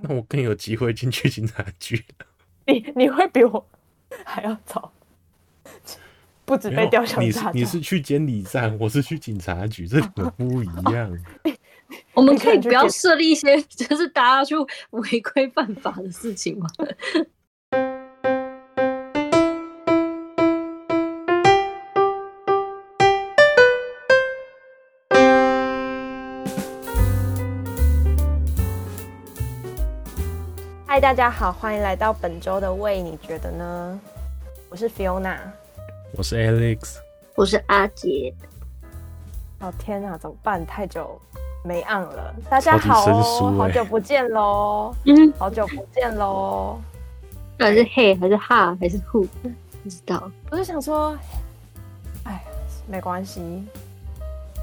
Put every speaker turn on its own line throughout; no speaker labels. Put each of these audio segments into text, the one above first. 那我更有机会进去警察局。
你你会比我还要早，不止
没
被
有
吊销
你是
驾照，
你是去监理站，我是去警察局，这两个不一样。
我们
你可
可以
以去
不要
检
设立一些 就是大家去违规犯法的事情吗？
嗨，大家好，欢迎来到本周的喂，你觉得呢？我是 Fiona。
我是 Alex，
我是阿杰，
哦天哪，怎么办？太久没按了。大家
超级
好
生疏
哦，
欸
好久不见喽，
嗯，
好久不见喽。
到底是 hey 还是 ha 还是 who？不知道，
我就想说，哎，没关系。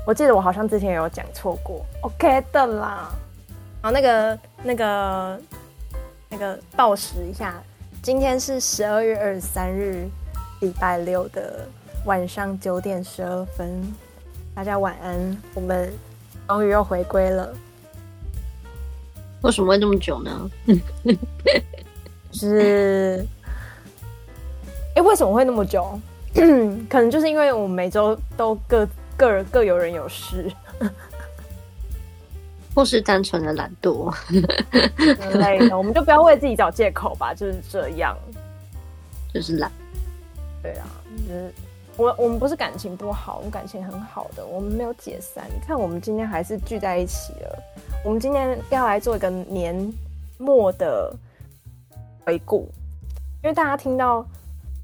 我记得我好像之前有讲错过，OK 的啦。好，那个、那个、那个，报时一下，今天是十二月二十三日，礼拜六的晚上九点十二分。大家晚安，我们终于又回归了。
为什么会这么久呢？
就是，哎、为什么会那么久？ 可能就是因为我们每周都各个人各有人有事
或是单纯的懒惰？
之类的，我们就不要为自己找借口吧，就是这样。
就是懒，
对啊，就是我我们不是感情不好，我们感情很好的，我们没有解散。你看，我们今天还是聚在一起了。我们今天要来做一个年末的回顾，因为大家听到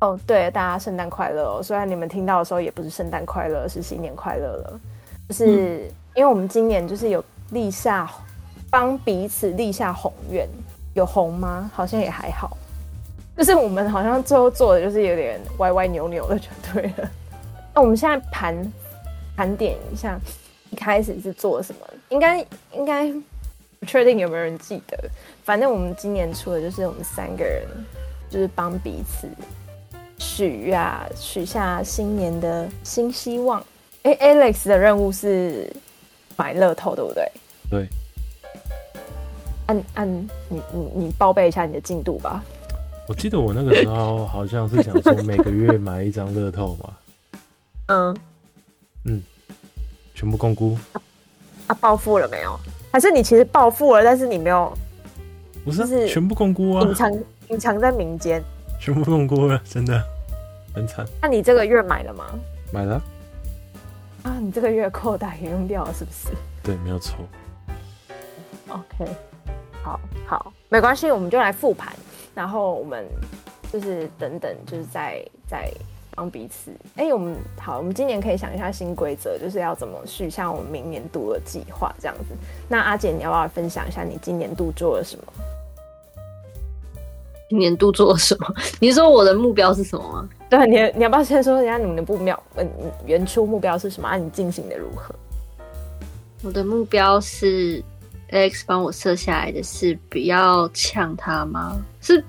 哦，对，大家圣诞快乐哦。虽然你们听到的时候也不是圣诞快乐，是新年快乐了，就是、因为我们今年就是有立下帮彼此立下宏愿，有红吗？好像也还好。就是我们好像最后做的就是有点歪歪扭扭的，就对了。那我 们现在盘盘点一下，一开始是做了什么？应该应该不确定有没有人记得。反正我们今年出的就是我们三个人，就是帮彼此许啊许下新年的新希望。哎、a l e x 的任务是买乐透，对不对？
对。
按按你你你报备一下你的进度吧。
我记得我那个时候好像是想说每个月买一张乐透嘛，
嗯。
全部共估。
啊，暴富了没有？还是你其实暴富了，但是你没有
不是啊、
就是
全部共估啊
隐，藏隐、藏在民间？
全部共估了，真的很惨。
那你这个月买了吗？
买了啊，
啊，你这个月扣打也用掉了，是不是
对，没有错。
？OK，好好，没关系，我们就来复盘，然后我们就是等等，就是再再帮彼此。哎、我们好，我们今年可以想一下新规则，就是要怎么续下我们明年度的计划这样子。那阿姐，你要不要分享一下你今年度做了什么？
今年度做了什么？ 你说我的目标是什么吗？
对，啊你你要不要先说一下你们的目标？嗯，你原初目标是什么？啊，你进行的如何？
我的目标是 Alex 帮我设下来的是不要呛他吗？是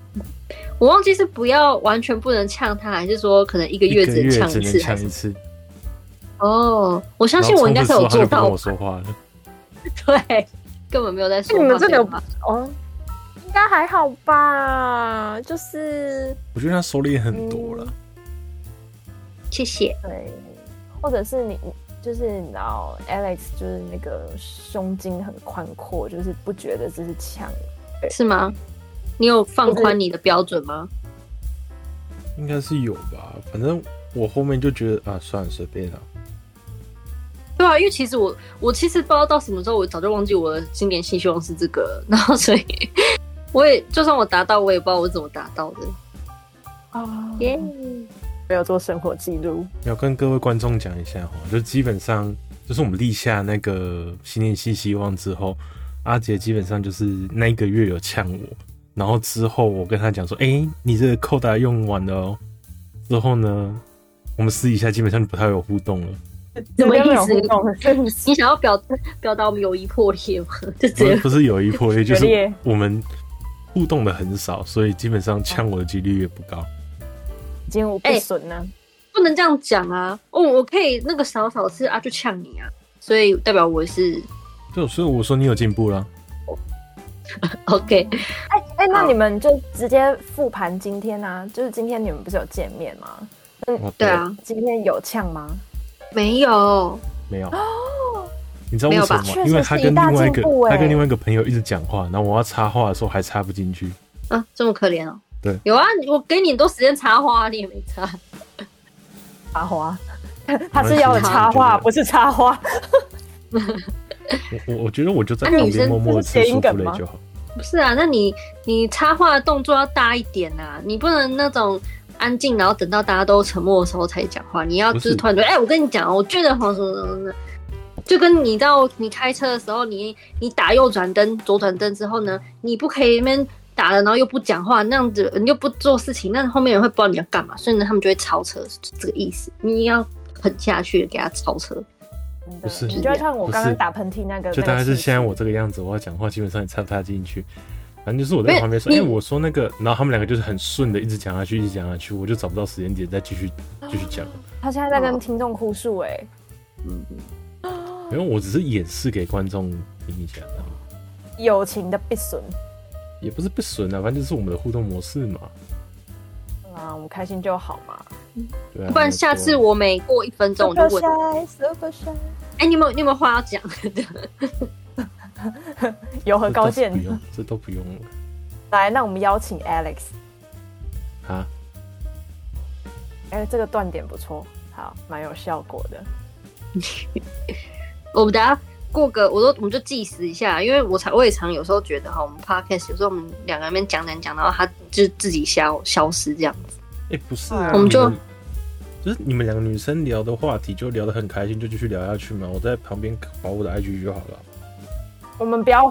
我忘记是不要完全不能呛他，还是说可能一个
一
月
个
只
月
能呛
只
一
能
次？还
抢
是
一次，
哦，我相
然
信
后
我应该是有
冲
做
的时候他就不跟
到
我，说话了。
对，根本没有在说
你
话。
们真的有
对吧
哦，应该还好吧？就是
我觉得他收敛很多了。
谢谢。
对，或者是你就是你知道 Alex 就是那个胸襟很宽阔，就是不觉得这是强。
是吗？你有放宽你的标准吗？嗯
应该是有吧，反正我后面就觉得啊，算了，随便了。
对啊，因为其实我我其实不知道到什么时候，我早就忘记我的经典新希望是这个 了，然后所以我也就算我达到，我也不知道我怎么达到的。
哦，
耶、
没有做生活记录，
要跟各位观众讲一下哈，就基本上就是我们立下那个新年新希望之后，阿杰基本上就是那一个月有呛我，然后之后我跟他讲说，哎、你这个扣打用完了哦。之后呢，我们私底下基本上就不太有互动了。
什么意思
没有互动是不是哎
你想要表表达我们友谊破裂吗？
不
就只
是
有
嗯
不是友谊破裂，就
决裂
是我们互动的很少，所以基本上呛我的几率也不高。
已经无不啊
哎
损呢、
不能这样讲啊！哦，我可以那个少少次啊， 就呛你啊，所以代表我是
就所以我说你有进步了，
OK，
哎、哎、那
好
你们就直接复盘今天啊，就是今天你们不是有见面吗？
哦
对，啊，
今天有呛吗？
没有，
没有。你知道为什么
哦没有
吗？
吧
因为他跟另外一
确实是一大进步
个
欸
他跟另外一个朋友一直讲话，然后我要插话的时候还插不进去。
啊，这么可怜哦。
对，
有啊，我给你很多时间插花，你也没插。
插花， 他是要
没关系我
插
觉
花，
得
不是插花。
我我我觉得我就在
那
旁
女
边
生
默默的
这是
吃
谐
舒
音
芙
梗
蕾
吗
就好。
不是啊，那你你插画的动作要大一点啊，你不能那种安静，然后等到大家都沉默的时候才讲话。你要就是
不是
突然说，哎、我跟你讲哦，我觉得黄什么什么什么，就跟你到你开车的时候，你你打右转灯、左转灯之后呢，你不可以那边打了，然后又不讲话，那样子你又不做事情，那后面人会不知道你要干嘛，所以呢，他们就会超车，就这个意思。你要狠下去给他超车，
真的
不是
你就像我刚
不
刚
是
打喷嚏那个，
就大概
那
是
个事情
现在我这个样子，我要讲话基本上也插不太进去。反正就是我在
没有
旁边说，哎、
你
我说那个，然后他们两个就是很顺的一直讲下去，一直讲下去，我就找不到时间点再继续继续讲。
他现在在跟听众哭诉，哎，
嗯，
因为我只是演示给观众听一下，
友情的必损。
也不是不损啊，反正就是我们的互动模式嘛。
啊，我们开心就好嘛。
对啊，
不然下次我每过一分钟我就问
Super，shy，super shy，
哎、你有没有你有没有话要讲？
有何
很
高见
不？用，这都不用了
来，那我们邀请 Alex。
啊。
哎，这个断点不错，好，蛮有效果的。
我们等下过个，我都我们就计时一下，因为我常我也常有时候觉得哈，我们 podcast 有时候我们两个人在那边讲讲讲，然后他就自己消消失这样子。
哎、不是啊，
我
们就
你就是你们两个女生聊的话题，就聊得很开心，就继续聊下去嘛。我在旁边搞我的 IG 就好了。
我们不要，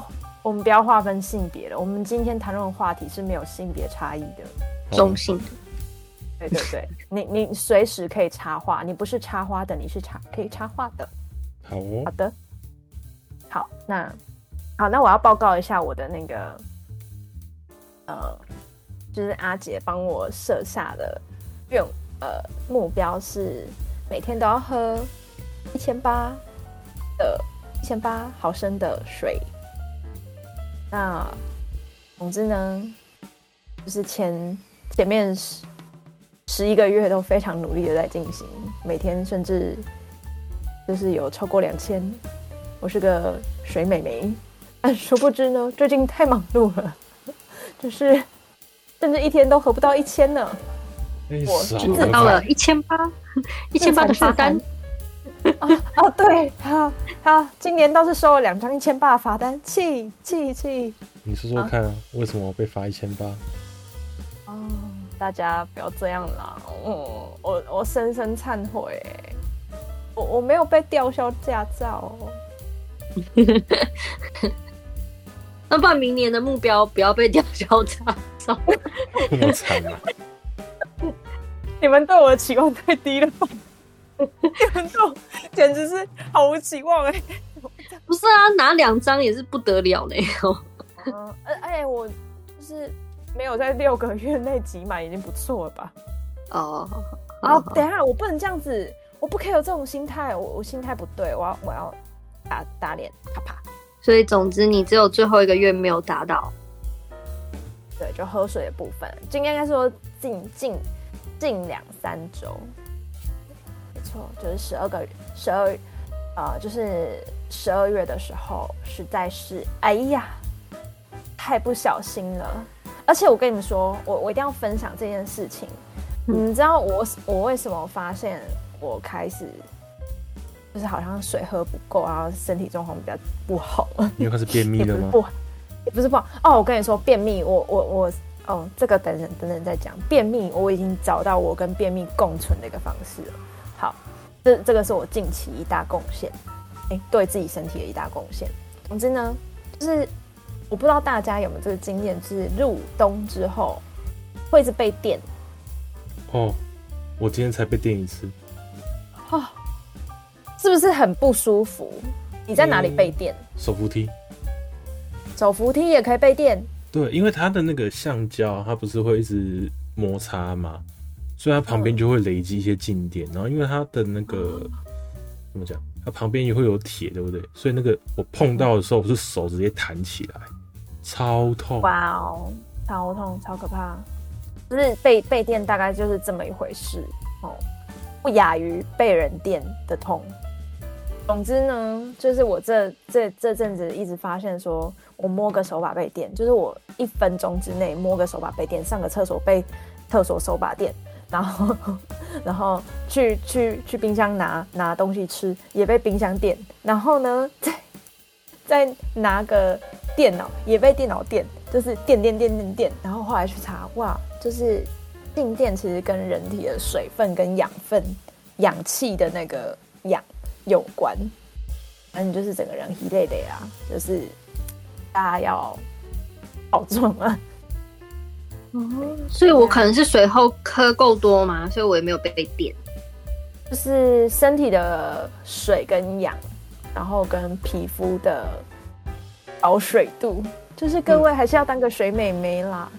我们不要划分性别了。我们今天谈论的话题是没有性别差异的。
好
中性的，
对对对， 你你随时可以插话，你不是插花的，你是插可以插话的。
好哦
好，的，好，那好，那我要报告一下我的那个，呃，就是阿姐帮我设下的愿呃目标是每天都要喝一千八的一千八毫升的水。那总之呢，就是前前面十十一个月都非常努力的在进行，每天甚至就是有超过两千。我是个水美眉， 但殊不知呢，最近太忙碌了， 就是甚至一天都合不到一千呢。
哎
我
少
就
只
了
到
吧
了一千八，一千八的罚单，
哦，对，好好，今年倒是收了两张一千八的罚单，气气气！
你说说看啊，为什么我被罚一千八？
哦，大家不要这样啦，哦，我我深深忏悔，我我没有被吊销驾照哦。
那不然明年的目标不要被吊销驾照。
我惨啊了，
你们对我的期望太低了吧？你们对我简直是毫无期望哎、
不是啊，拿两张也是不得了嘞、哦。
嗯，而而且我就是没有在六个月内集满，已经不错了吧？
哦，
好，等一下，我不能这样子，我不可以有这种心态，我我心态不对，我要我要打打脸，啪啪，
所以总之你只有最后一个月没有达到，
对，就喝水的部分，就应该说近近近两三周，没错，就是十二个十二呃，就是十二月的时候，实在是哎呀，太不小心了。而且我跟你们说，我我一定要分享这件事情。
嗯
你知道我我为什么发现我开始就是好像水喝不够，然后身体状况比较不好了
你又开始便秘
也
了
不是
吗？
不好，也不是不好哦。我跟你说，便秘，我我我哦，这个等等等等再讲。便秘，我已经找到我跟便秘共存的一个方式了。好，这这个是我近期一大贡献，哎、对自己身体的一大贡献。总之呢，就是我不知道大家有没有这个经验，就是入冬之后会一直被电
哦，我今天才被电一次，
哦，是不是很不舒服？你在
嗯
哪里被电？
手扶梯。
手扶梯也可以被电，
对，因为它的那个橡胶，它不是会一直摩擦嘛，所以它旁边就会累积一些静电。然后因为它的那个怎么讲，它旁边也会有铁，对不对？所以那个我碰到的时候，我是手直接弹起来，超痛。
哇哦，超痛，超可怕。就是被被电，大概就是这么一回事哦，不亚于被人电的痛。总之呢，就是我这这这阵子一直发现说，我摸个手把被电，就是我一分钟之内摸个手把被电，上个厕所被厕所手把电，然后 然后去去去冰箱拿拿东西吃，也被冰箱电，然后呢再再拿个电脑也被电脑电，就是电电电电电，然后后来去查，哇，就是静电其实跟人体的水分跟养分、氧气的那个氧。有关，那你就是整个人一累累啊，就是大家要保重啊。
所以我可能是水后喝够多嘛，所以我也没有被电。
就是身体的水跟氧，然后跟皮肤的保水度，就是各位还是要当个水美眉啦。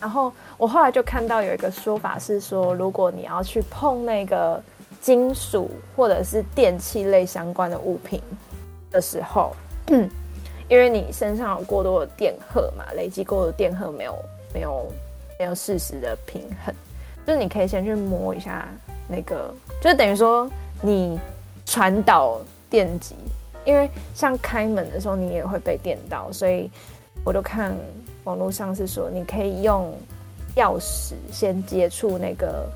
然后我后来就看到有一个说法是说，如果你要去碰那个金属或者是电器类相关的物品的时候，嗯，因为你身上有过多的电荷嘛，累积过多的电荷没有没有没有适时的平衡，就是你可以先去摸一下那个，就等于说你传导电极，因为像开门的时候你也会被电到，所以我就看网络上是说你可以用钥匙先接触那个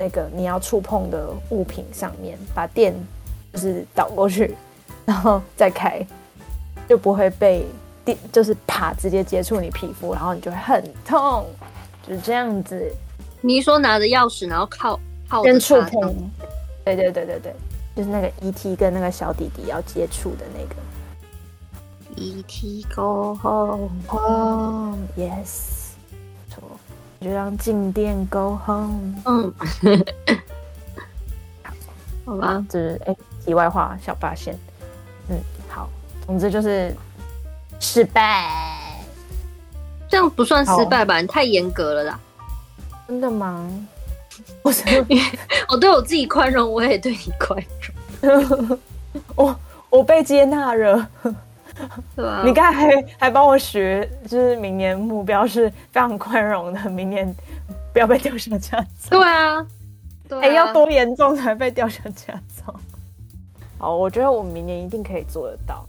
那个你要触碰的物品上面，把电就是导过去，然后再开，就不会被电就是啪直接接触你皮肤，然后你就会很痛，就是这样子。
你一说拿着钥匙，然后靠靠着
跟触
它这样
碰。对对对对对，就是那个 ET 跟那个小弟弟要接触的那个。
，ET go home。
哦、oh,，yes，没错，就让静电 go home。
嗯，好吧，
这是哎，题外话小发现。嗯，好，总之就是失败。
这样不算失败吧？你太严格了啦。
真的吗？我想
我对我自己宽容，我也对你宽容，
我我被接纳了。
对吧、
你刚才还还帮我学，就是明年目标是非常宽容的，明年不要被掉下架子。
对啊，对啊
哎、要多严重才被吊下驾照？ 好，我觉得我明年一定可以做得到。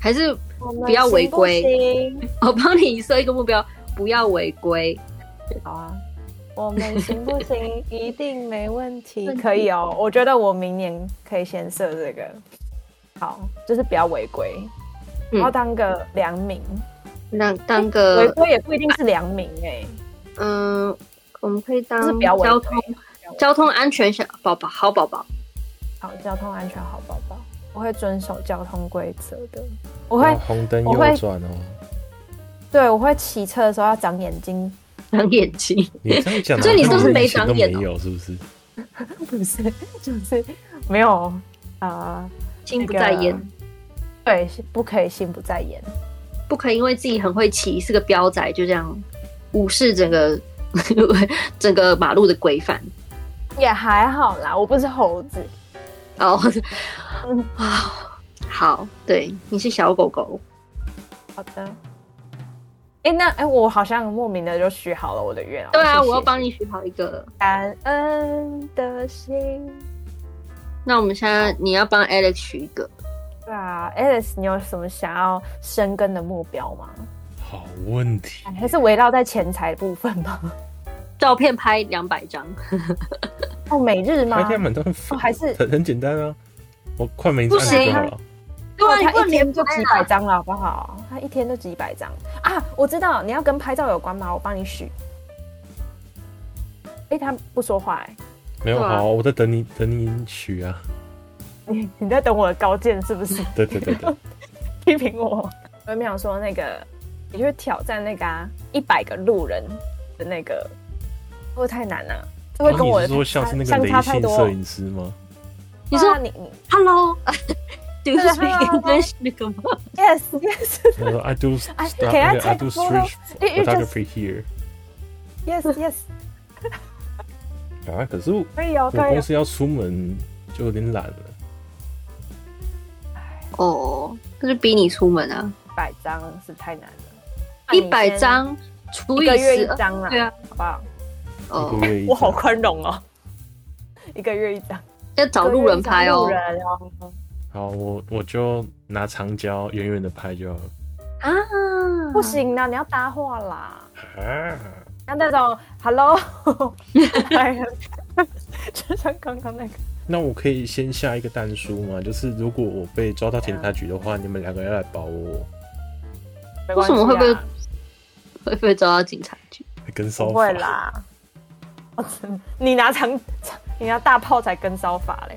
还是不要违规
行不行
我帮你设一个目标，不要违规。
好啊，我们行不 行？一定没问题，可以哦。我觉得我明年可以先设这个，好，就是不要违规，
嗯
然后当个良民。
那当
违
个，
规也不一定是良民哎、
嗯、我们可以当
就是不要违
交
规
通交通安全小宝宝，好宝宝。
好，交通安全好宝宝，我会遵守交通规则的。我
哇
会，
红灯
我
右
会
转哦。
对我会骑车的时候要长眼睛，
长眼睛，
你这样讲，啊
所以你是不是没
想
长
都没
眼哦
有，是不是？
不是， 就是没有啊。
心不在焉，
对，是不可以心不在焉。
不可以因为自己很会骑，是个彪仔，就这样无视整个 整个马路的规范。
也还好啦，我不是猴子，
哦，
嗯
啊，好，对，你是小狗狗，
好的。哎、那哎、诶我好像莫名的就许好了我的愿。哦
对啊，
谢谢
我要帮你许好一个。
感恩的心。
那我们现在你要帮 Alex 许一个，
对啊，Alice，你有什么想要深耕的目标吗？
好问题
哎，还是围绕在钱财部分吗？
照片拍两百张，
哦，每
拍
日吗？
天哎满都很烦
哦还是
很很简单啊，我快门一按
不行
就好了。
对啊，你
他
不能
一天就
连
几
拍
百
啊
张了，好不好？他一天就几百张啊！我知道你要跟拍照有关吗？我帮你许。哎、他不说话哎、
没有
对啊
好，我在等你等你取啊。
你你在等我的高见是不是？
对对对对，
批评我？我没想说那个，你去挑战那个啊，一百个路人的那个，会不会太难了、啊？这会跟我
你
的
是说像是那个
相
雷
差太
性摄
多。
影师吗？
你说
哇你你
Hello，对不
对啊
起
hello，
，English 那个吗？
yes yes
他 说 I do
I-
stuff
can I
and I
take
do
a
street
photo? You- you just-
photography here。
yes yes
啊，可是我
可以哦
我
可以
公
哦。
司要出门就有点懒了。
哦，那就逼你出门啊。
一百张是太难了，
一百张除
一
以
个月
十
一，张啦，
对啊，
好不好？
哦
一，个月一
我好
张
宽容哦，一个月一张，
要找路人拍
一
哦
个月一张路人哦，
好，我我就拿长焦远远的拍就好了。
啊，
不，行啦，你要搭话啦，
啊，
要那种 hello，哎呀就像刚刚那个，
那我可以先下一个蛋书吗？就是如果我被抓到警察局的话，你们两个要来保我，
没关
为
系
什
啊
么会被会不会找到警察局？
跟骚
不
法
会啦？我真的你拿长，你拿大炮才跟骚法嘞，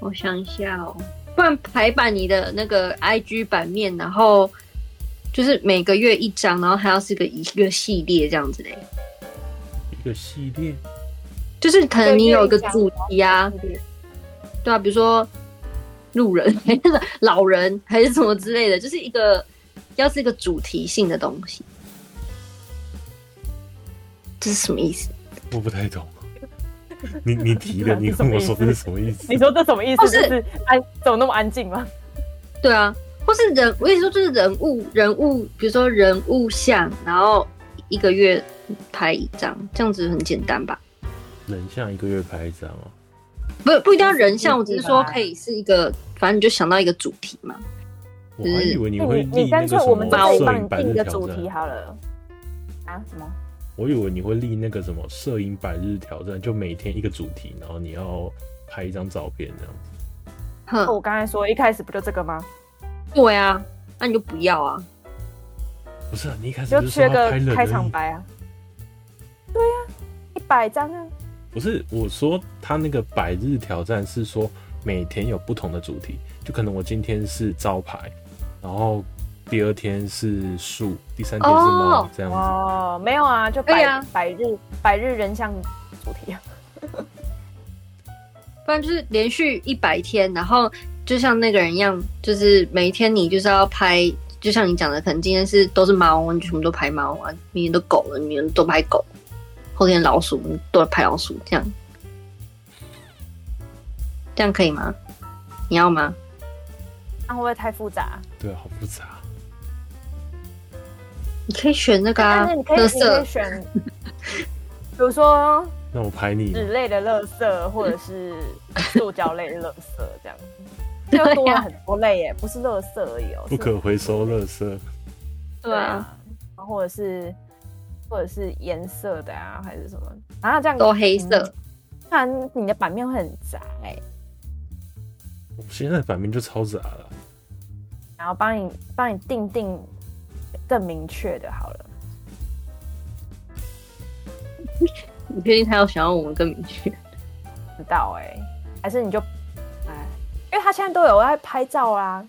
我想一下哦，不然排版你的那个 IG 版面，然后就是每个月一张，然后还要是个一个系列这样子嘞。
一个系列。
就是可能你有一个主题啊，
对对
对啊，比如说路人、 老人还是什么之类的，就是一个要是一个主题性的东西。这是什么意思？
我不太 懂。你你提的，你跟我说这是什么意思
你？说这什么意
不
思？
哦是
就是安怎么那么安静吗？
对啊，或是人，我跟你说，就是人物人物，比如说人物像，然后一个月拍一张，这样子很简单吧？
人像一个月拍一张哦，
不不一定要人像，我只是说
吧
可以是一个，反正你就想到一个主题嘛。
我还以为你
哎
会
你
立那
你干
个
脆
什
我们
么
就可以
摄
帮
影
你
百
定
日
一个
挑
主题
战，
好了啊？什么？
我以为你会立那个什么摄影百日挑战，就每天一个主题，然后你要拍一张照片这样子。
那
哼，
哦我刚才说一开始不就这个吗？
对啊，那你就不要啊。
不是啊，你一开始
就
不是说
缺
要
个
拍人而已
开场，白啊。对呀、一百张啊，
不是我说他那个百日挑战是说每天有不同的主题，就可能我今天是招牌，然后第二天是树，第三天是猫、
哦
这样子。
哦，没有啊，就
可
百、
以啊
百日百日人像主题啊。
不然就是连续一百天，然后就像那个人一样，就是每一天你就是要拍，就像你讲的，可能今天是都是猫，你就全部都拍猫啊，明天都狗了，明天都拍狗，后天老鼠，你都拍老鼠，这样，这样可以吗？你要吗？
那会不会太复杂、啊
对，啊好复杂。
你可以选那个啊
但是你，可以
特
你可以
色
选，比如说
那我拍你吗
纸类的垃圾，或者是塑胶类的垃圾，这 样。就多
啊
了很多类耶，不是垃圾而已哦，
不可回收垃圾。
对啊，，
然后或者是或者是颜色的啊，还是什么啊？这样
都黑色，
不然你的版面会很杂哎、
我现在版面就超杂了，
然后帮你帮你定定更明确的好了。
你确定他要想要我们更明确？
不知道哎、还是你就哎，因为他现在都有在拍照啊，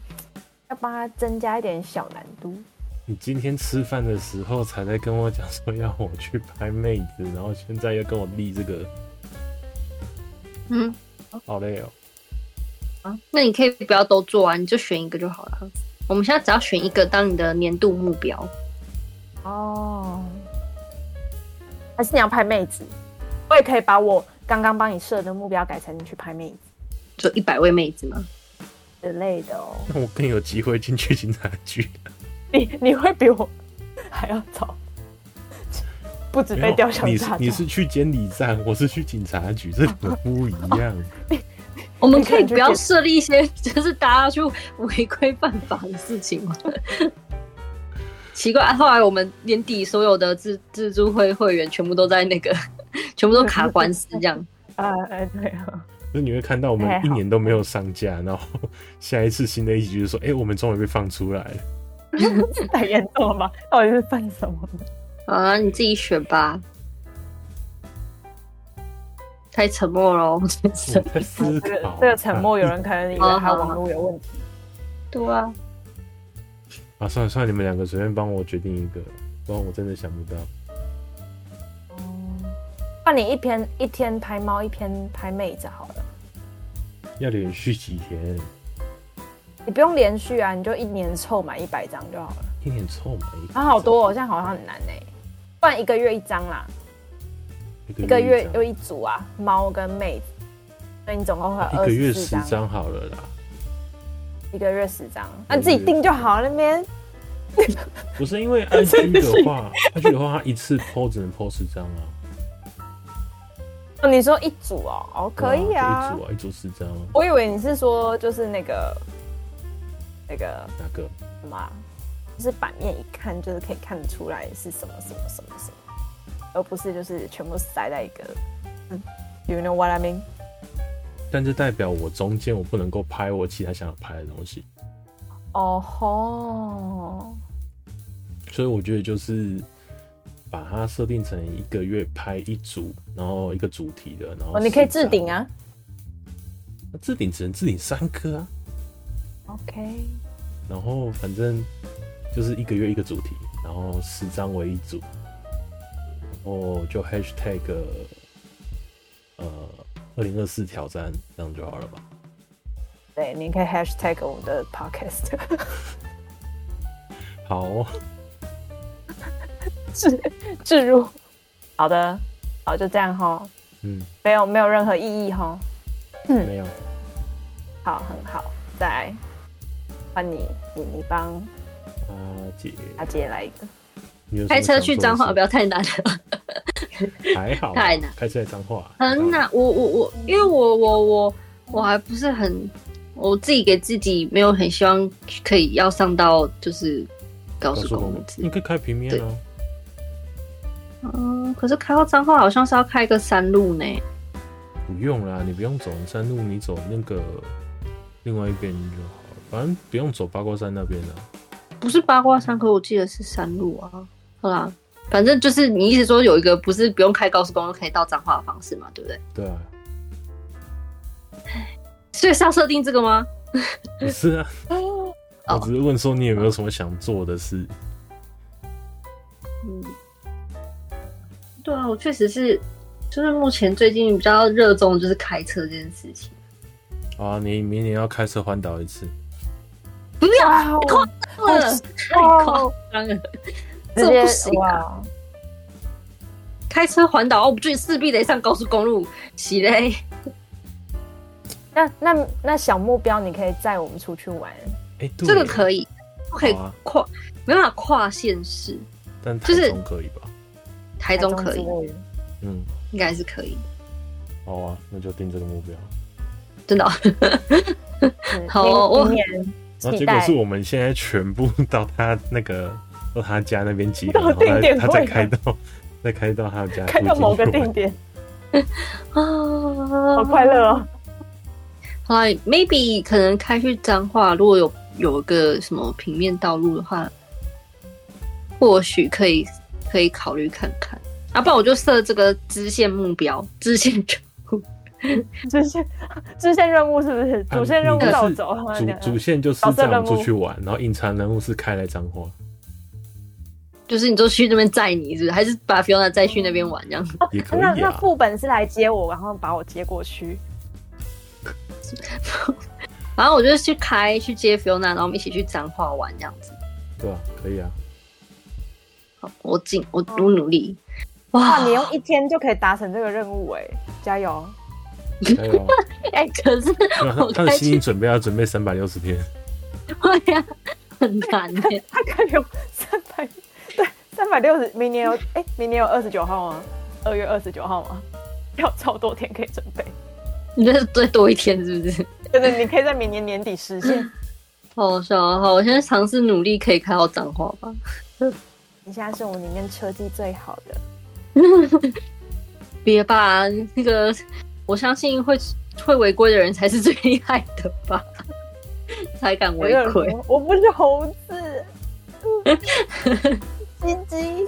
要帮他增加一点小难度。
你今天吃饭的时候才在跟我讲说要我去拍妹子，然后现在又跟我立这个，
嗯，
好累哦。
啊，那你可以不要都做啊，你就选一个就好了。我们现在只要选一个当你的年度目标。
哦，还是你要拍妹子，我也可以把我刚刚帮你设的目标改成你去拍妹子
就一百位妹子吗？
之类的哦。
那我更有机会进去警察 局。
你你会比我 还要早，不止被吊销
你是
驾照，
你是去监理站，我是去警察局，这两个 不一样。
我们可以不要设立一些 就是大家去违规犯法的事情吗？ 奇怪，啊后来我们年底所有的自自助会会员全部都在那个，全部都卡官司这样。
啊哎对啊，
那你会看到我们一年都没有上架，然后下一次新的一集就是说，哎、我们终于被放出来了。
太严重了吧？到底是犯什么？
啊，你自己选吧。太沉默了哦，真
我
是。
在思
这个
考。啊
这个沉默，有人可能以为他网络有问题。
对啊，
啊，算了算了，你们两个随便帮我决定一个，不然我真的想不到。
那你一篇一天拍猫，一篇拍妹子好了，
要连续几天，
你不用连续啊，你就一年凑满一百张就好了。
一点臭美。
啊，好多哦，现在好像很难哎、不然一个月一张啦，
一
一个月
张
有一组啊，猫跟妹子，所以你总共会有
一个月
24
十张好了啦。
一个月十张，那、
一个月
你自己定就好了那边。
不是因为 IG 的话，IG 的话，它一次 PO 只能 PO 十张啊，
哦，你说一组哦，哦，可以啊。
对就一组啊，一组十张啊，
我以为你是说就是那个那个
哪个？
什么啊、就是版面一看就是可以看得出来是什么什么什么什么，而不是就是全部塞在一个。嗯，You know what I mean？
但这代表我中间我不能够拍我其他想要拍的东西，
哦吼，
所以我觉得就是把它设定成一个月拍一组，然后一个主题的，然后
哦，你可以
10张
置顶，啊。
那置顶只能置顶三个啊，
OK，
然后反正就是一个月一个主题，然后十张为一组，然后就 hashtag 呃二零二四挑战这样就好了吧？
对，你可以 Hashtag 我们的 Podcast
好哦，
置置入。好的，好，就这样哈，
嗯，
没有没有任何意义哈。嗯
没有，
好，很好，再来换你，你你帮
阿姐，
阿姐来一个。
你有什么
开车去
想
彰
做
化
的
不
事
要太难了。
还好啊，
太难
开车来彰化
很。难，我我我，因为我我我我还不是很，我自己给自己没有很希望可以要上到就是高
高
速
速
公
公
路
路，
之类
你
的。
可以开平面啊，
嗯，可是开到彰化好像是要开一个山路呢。
不用啦，你不用走山路，你走那个另外一边就好了，反正不用走八卦山那边啊的、
不是八卦山，可我记得是山路啊。好啦，反正就是你一直说有一个不是不用开高速公路可以到彰化的方式嘛，对不对？
对啊，
所以是要设定这个吗？
不是啊，
哎哦
我只是问说你有没有什么想做的事，
嗯，对啊，我确实是，就是目前最近比较热衷的就是开车这件事情。
好啊，你明年要开车环岛一次，
不要
哇哦，
了，太夸张了，
直
这
接
不行啊！
哇！
开车环岛，我们就势必得上高速公路，洗嘞。
那那那小目标，你可以载我们出去玩。
哎、对，
这个可以，不可以
好啊
跨，没办法跨县市，
但台
就是
中可以吧？
台中可以
台，之类的
嗯，
应该是可以，
好啊，那就定这个目标。
真的哦、
嗯
好
明
我
明年
然后
期
结果
待
是我们现在全部到他那个到他家那边集合，
到
然后
定点
他他再
会
开到 再开到他家
开
附
到
近
某个
去玩
定点，
啊，
好快乐哦！
后来 maybe 可能开去彰化，如果有有个什么平面道路的话，或许可以可以考虑看看。啊，不然我就设这个支线目标，支线 任务。
支线支线任务是不是？
啊
主线任务
你
绕
是
走。啊
主主线就是
导致
载我们
任务
出去玩，然后隐藏人物是开来脏话，
就是你就去那边载你，是不是？还是把 Fiona 载去那边玩这样？
也可
哦那
以
那
啊。
副本是来接我，然后把我接过去。
反正我就去开去接 Fiona，然后我们一起去彰化玩这样子。
对啊，可以啊。
好，我尽我我努力。哇
哦哇，你用一天就可以达成这个任务哎，加油！
还 有啊，
哎、可是
那 他他的心理准备要准备三百六十天，
我呀啊 很难欸耶。
他可以有三百，对，三百六十。明年有哎，明年有二十九号吗？二月二十九号吗？要超多天可以准备，
你这是最多一天是不是？
真的，你可以在明年年底实现。
好好笑啊！好，我现在尝试努力可以开到脏话吧。
你现在是我们里面车技最好的，
别吧，那个我相信会会违规的人才是最厉害的吧， 才敢
我
违
有
规。
说我不是猴子，鸡鸡，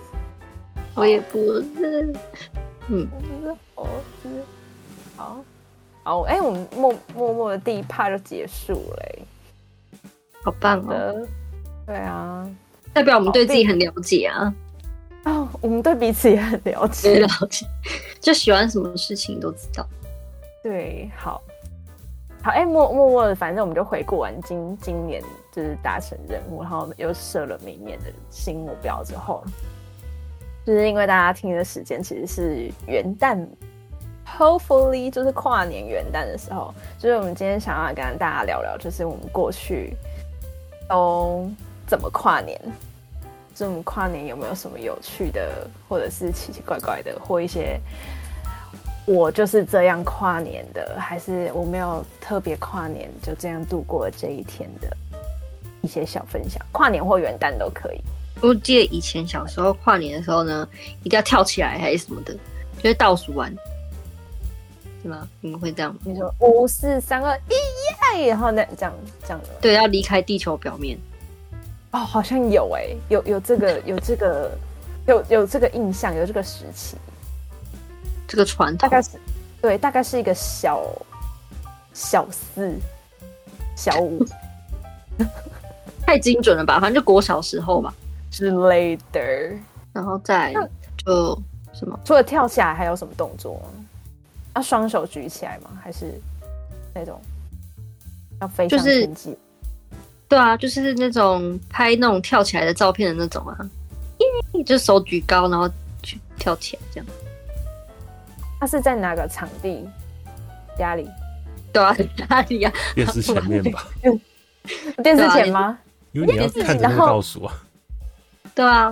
我也不是，嗯，
我不是猴子。好，好，哎、我们默默默的第一趴就结束了、哎
好棒
好
哦，
的，对啊，
代表我们对自己很了解啊，
哦，我们对彼此也很了
对
解
了。解， 就喜欢什么事情都知道。
对，好，好，哎、默默默的，反正我们就回顾完今今年就是达成任务，然后又设了明年的新目标之后，就是因为大家听的时间其实是元旦，hopefully 就是跨年元旦的时候，就是我们今天想要跟大家聊聊，就是我们过去都怎么跨年，这种跨年有没有什么有趣的，或者是奇奇怪怪的，或一些我就是这样跨年的，还是我没有特别跨年就这样度过了这一天的一些小分享，跨年或元旦都可以。
我记得以前小时候跨年的时候呢，一定要跳起来还是什么的，就是倒数完，是吗？你们会这样吗？
你说五四三二一耶，然后那这样这样的吗
对，要离开地球表面。
哦，好像有哎、有有这 个有这个有有这个印象，有这个时期。
这个传
大
统
概是，对，大概是一个小小四、小五
太精准了吧？反正就国小时候吧，
之类的。
然后再
那
就什么
除了跳起来，还有什么动作吗？要双手举起来吗？还是那种要飞上
就是
天际？
对啊，就是那种拍那种跳起来的照片的那种啊，耶就是手举高，然后去跳起来这样。
它是在哪个场地？家里？
对啊，哪里啊？
电视前面吧，
电视前吗？
因为你要看着那个倒数啊。
对啊，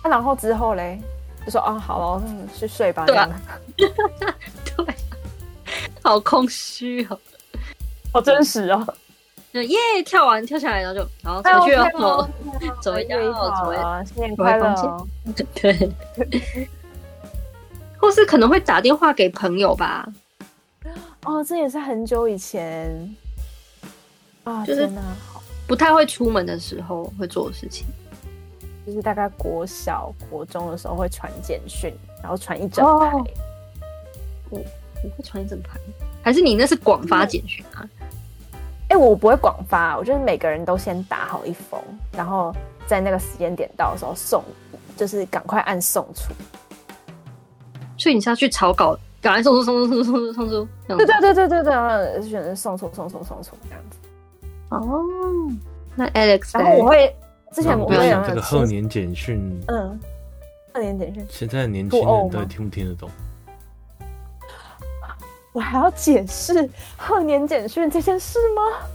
啊，然后之后嘞，就说哦，好了，那你去睡吧。
对啊
这样
对啊，好空虚哦。
好真实哦。
就耶，跳完跳下来，然后就然后
哎
出去
我看到
哦
了。
走一下
月一
哦
号
走一
了，啊新年
走回
快乐
房间
哦！
对，或是可能会打电话给朋友吧，
哦，这也是很久以前啊，
就是
天哪，好
不太会出门的时候会做的事情。
就是大概国小、国中的时候会传简讯，然后传一整
哦
排。
你会传一整排，还是你那是广发简讯啊？
哎、我不会广发，我就是每个人都先打好一封，然后在那个时间点到的时候送，就是赶快按送出。
所以你是要去草稿，赶快送出送出送出送出送出，这样
对
子
对对对对对，然后就选择送出送出送出这样子。
哦。那 Alex，
然后我会之前
那
我
嗯不
会
要
有
讲
那
这个
个
贺年简讯，
嗯，二点简讯，
现在年轻
布偶
人
哦吗
到底听不听得懂？
我还要解释贺年简讯这件事吗？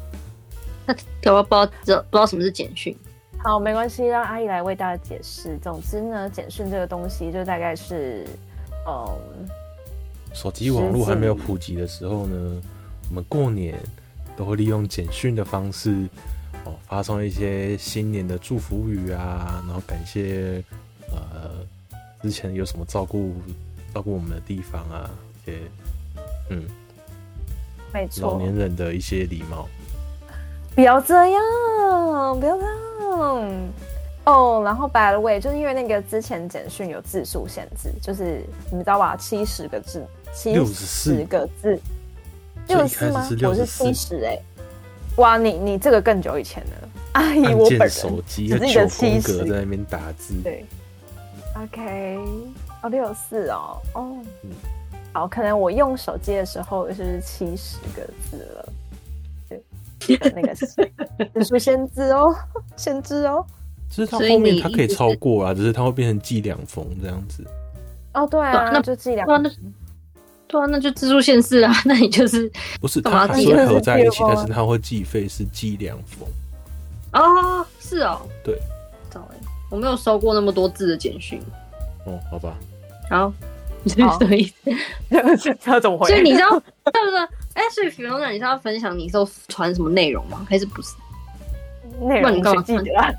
那搞不好不知道不知道什么是简讯，
好，没关系，让阿姨来为大家解释。总之呢，简讯这个东西就大概是，嗯，
手机网络还没有普及的时候呢，我们过年都会利用简讯的方式，哦，发送一些新年的祝福语啊，然后感谢呃之前有什么照顾照顾我们的地方啊，一些嗯
没
老
错。
年人的一些礼貌。
不要这样，不要这样。哦、然后 by the way，就是因为那个之前简讯有字数限制，就是你们知道吧，七十个字，七十
64
个字，
所以一
四
开
吗
始是？
我是
64
七十哎，哇，你你这个更久以前了，阿姨，
按
我
键
本人
手机
只
的
是一
九
个
宫格
70
在那边打字，
对，OK，哦六四哦，哦，
嗯
好，可能我用手机的时候就是七十个字了，对，那个是你说先知哦， 先知哦，
就是到
所以
后面
你
它可以
一直
超过啊，只是它会变成计量风这样子。
哦对啊，
那
就这两
对啊，那对啊，那就自助限制啊， 那你就是
不是，
干嘛
它还
自
是
己
会
就是
合在一起
自，己的
但
吗
是它会计费是计量风。
哦，是哦，
对，
懂哎，我没有收过那么多字的简讯，
哦，好吧，
然后。你是
好
什么意思？
要怎么回
所以你知道，对不对？哎、所以雪龙讲，你是要分享你都传什么内容吗？还是不是？
内
那你
容
干
谁
嘛
记得啊？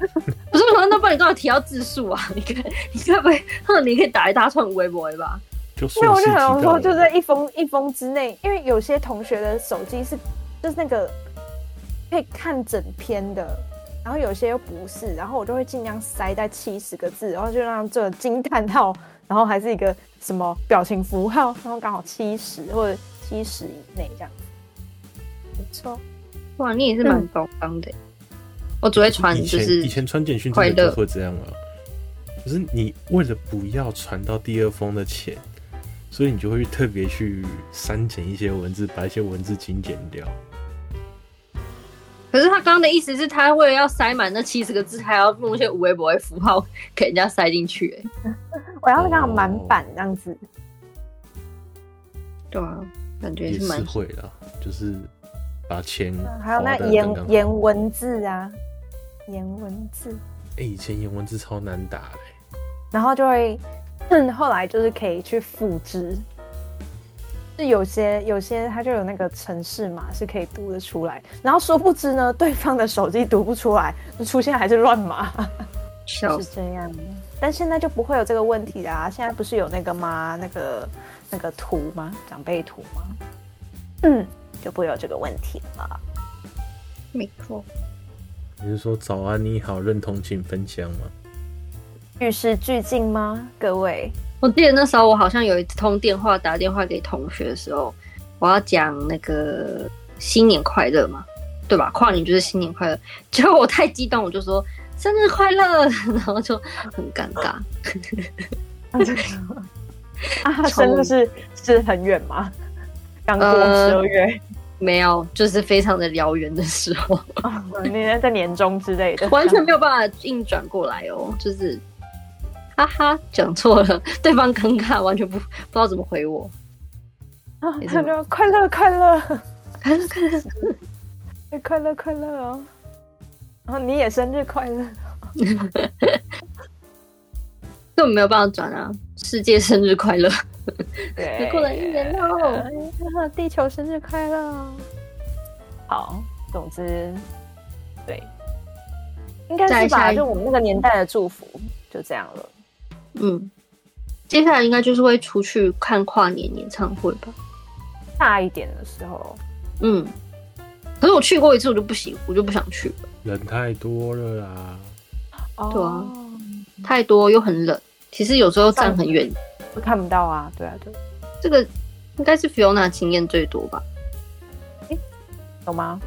不是，我说那不然你刚好提到字数啊，你可以你该不会，哼，你可以打一大串微博吧？
就
因为
顺
我
势
就
提
很想
到
说，
了。
就在一封一封之内，因为有些同学的手机是就是那个可以看整篇的，然后有些又不是，然后我就会尽量塞在七十个字，然后就让这惊叹号，然后还是一个什么表情符号，然后刚好七十或者七十以内这样子。没错，
哇，你也是蛮
嗯
高刚的欸、我只会传
以
就
前
是
以前传简讯
快
真的
乐
就会这样啊，就是你为了不要传到第二封的钱，所以你就会特别去删减一些文字，把一些文字精简掉。
可是他刚刚的意思是他为了要塞满那七十个字，还要弄一些微博的符号给人家塞进去、欸，
我要
哦
让满版这样子，
对啊，感觉
也
是
是
蛮
会啦，就是把钱
还有那
花得
颜
刚刚好
颜文字啊，颜文字。
哎、以前颜文字超难打欸嘞、
然后就会，哼，后来就是可以去复制。是有些有些它就有那个程式码是可以读得出来，然后殊不知呢，对方的手机读不出来，就出现还是乱码，
笑
是
死，
这样的。但现在就不会有这个问题啦、现在不是有那个吗？那个那个图吗？长辈图吗？嗯，就不会有这个问题了。
没错，
你是说早安你好认同请分享吗？
与时俱进吗？各位，
我记得那时候我好像有一通电话打电话给同学的时候，我要讲那个新年快乐嘛，对吧？跨年就是新年快乐，结果我太激动，我就说生日快乐， 然后就很尴尬。
啊，真的是是很远吗？刚过
呃
十二月。
没有，就是非常的燎原的时候，
啊，你在在年终之类的，
完全没有办法硬转过来哦，就是，哈哈，讲错了，对方尴尬，完全不不知道怎么回我。
啊
没
他
什么
就快乐快乐，
快乐快乐，
哎快乐快乐哦，然后你也生日快乐，
根本没有办法转啊！世界生日快乐，
对
你过了一年哦喽。
啊地球生日快乐哦。好，总之，对，应该
再
是
下
吧，
一
就我们那个年代的祝福就这样了。
嗯，接下来应该就是会出去看跨年演唱会吧。
大一点的时候，
嗯，可是我去过一次，我就不行，我就不想去了，
人太多了啦，
哦
对啊太多又很冷。其实有时候站很远，
就看不到啊，对啊，对，
这个应该是 Fiona 经验最多吧？
有吗？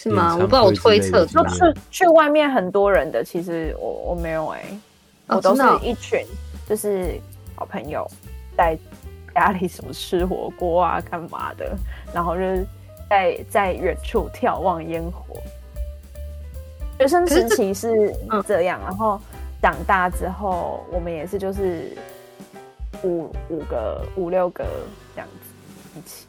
是吗？
演唱
我
会
不知道，我推测
之类的
的
就
吧。
经
去
验
去外面很多人的，其实我我没有哎、我
哦，
都是
真的哦
一群就是好朋友在家里什么吃火锅啊、干嘛的，然后就是在在远处眺望烟火。学生时期是
嗯
这样，然后长大之后，我们也是就是五五个五六个这样子一起。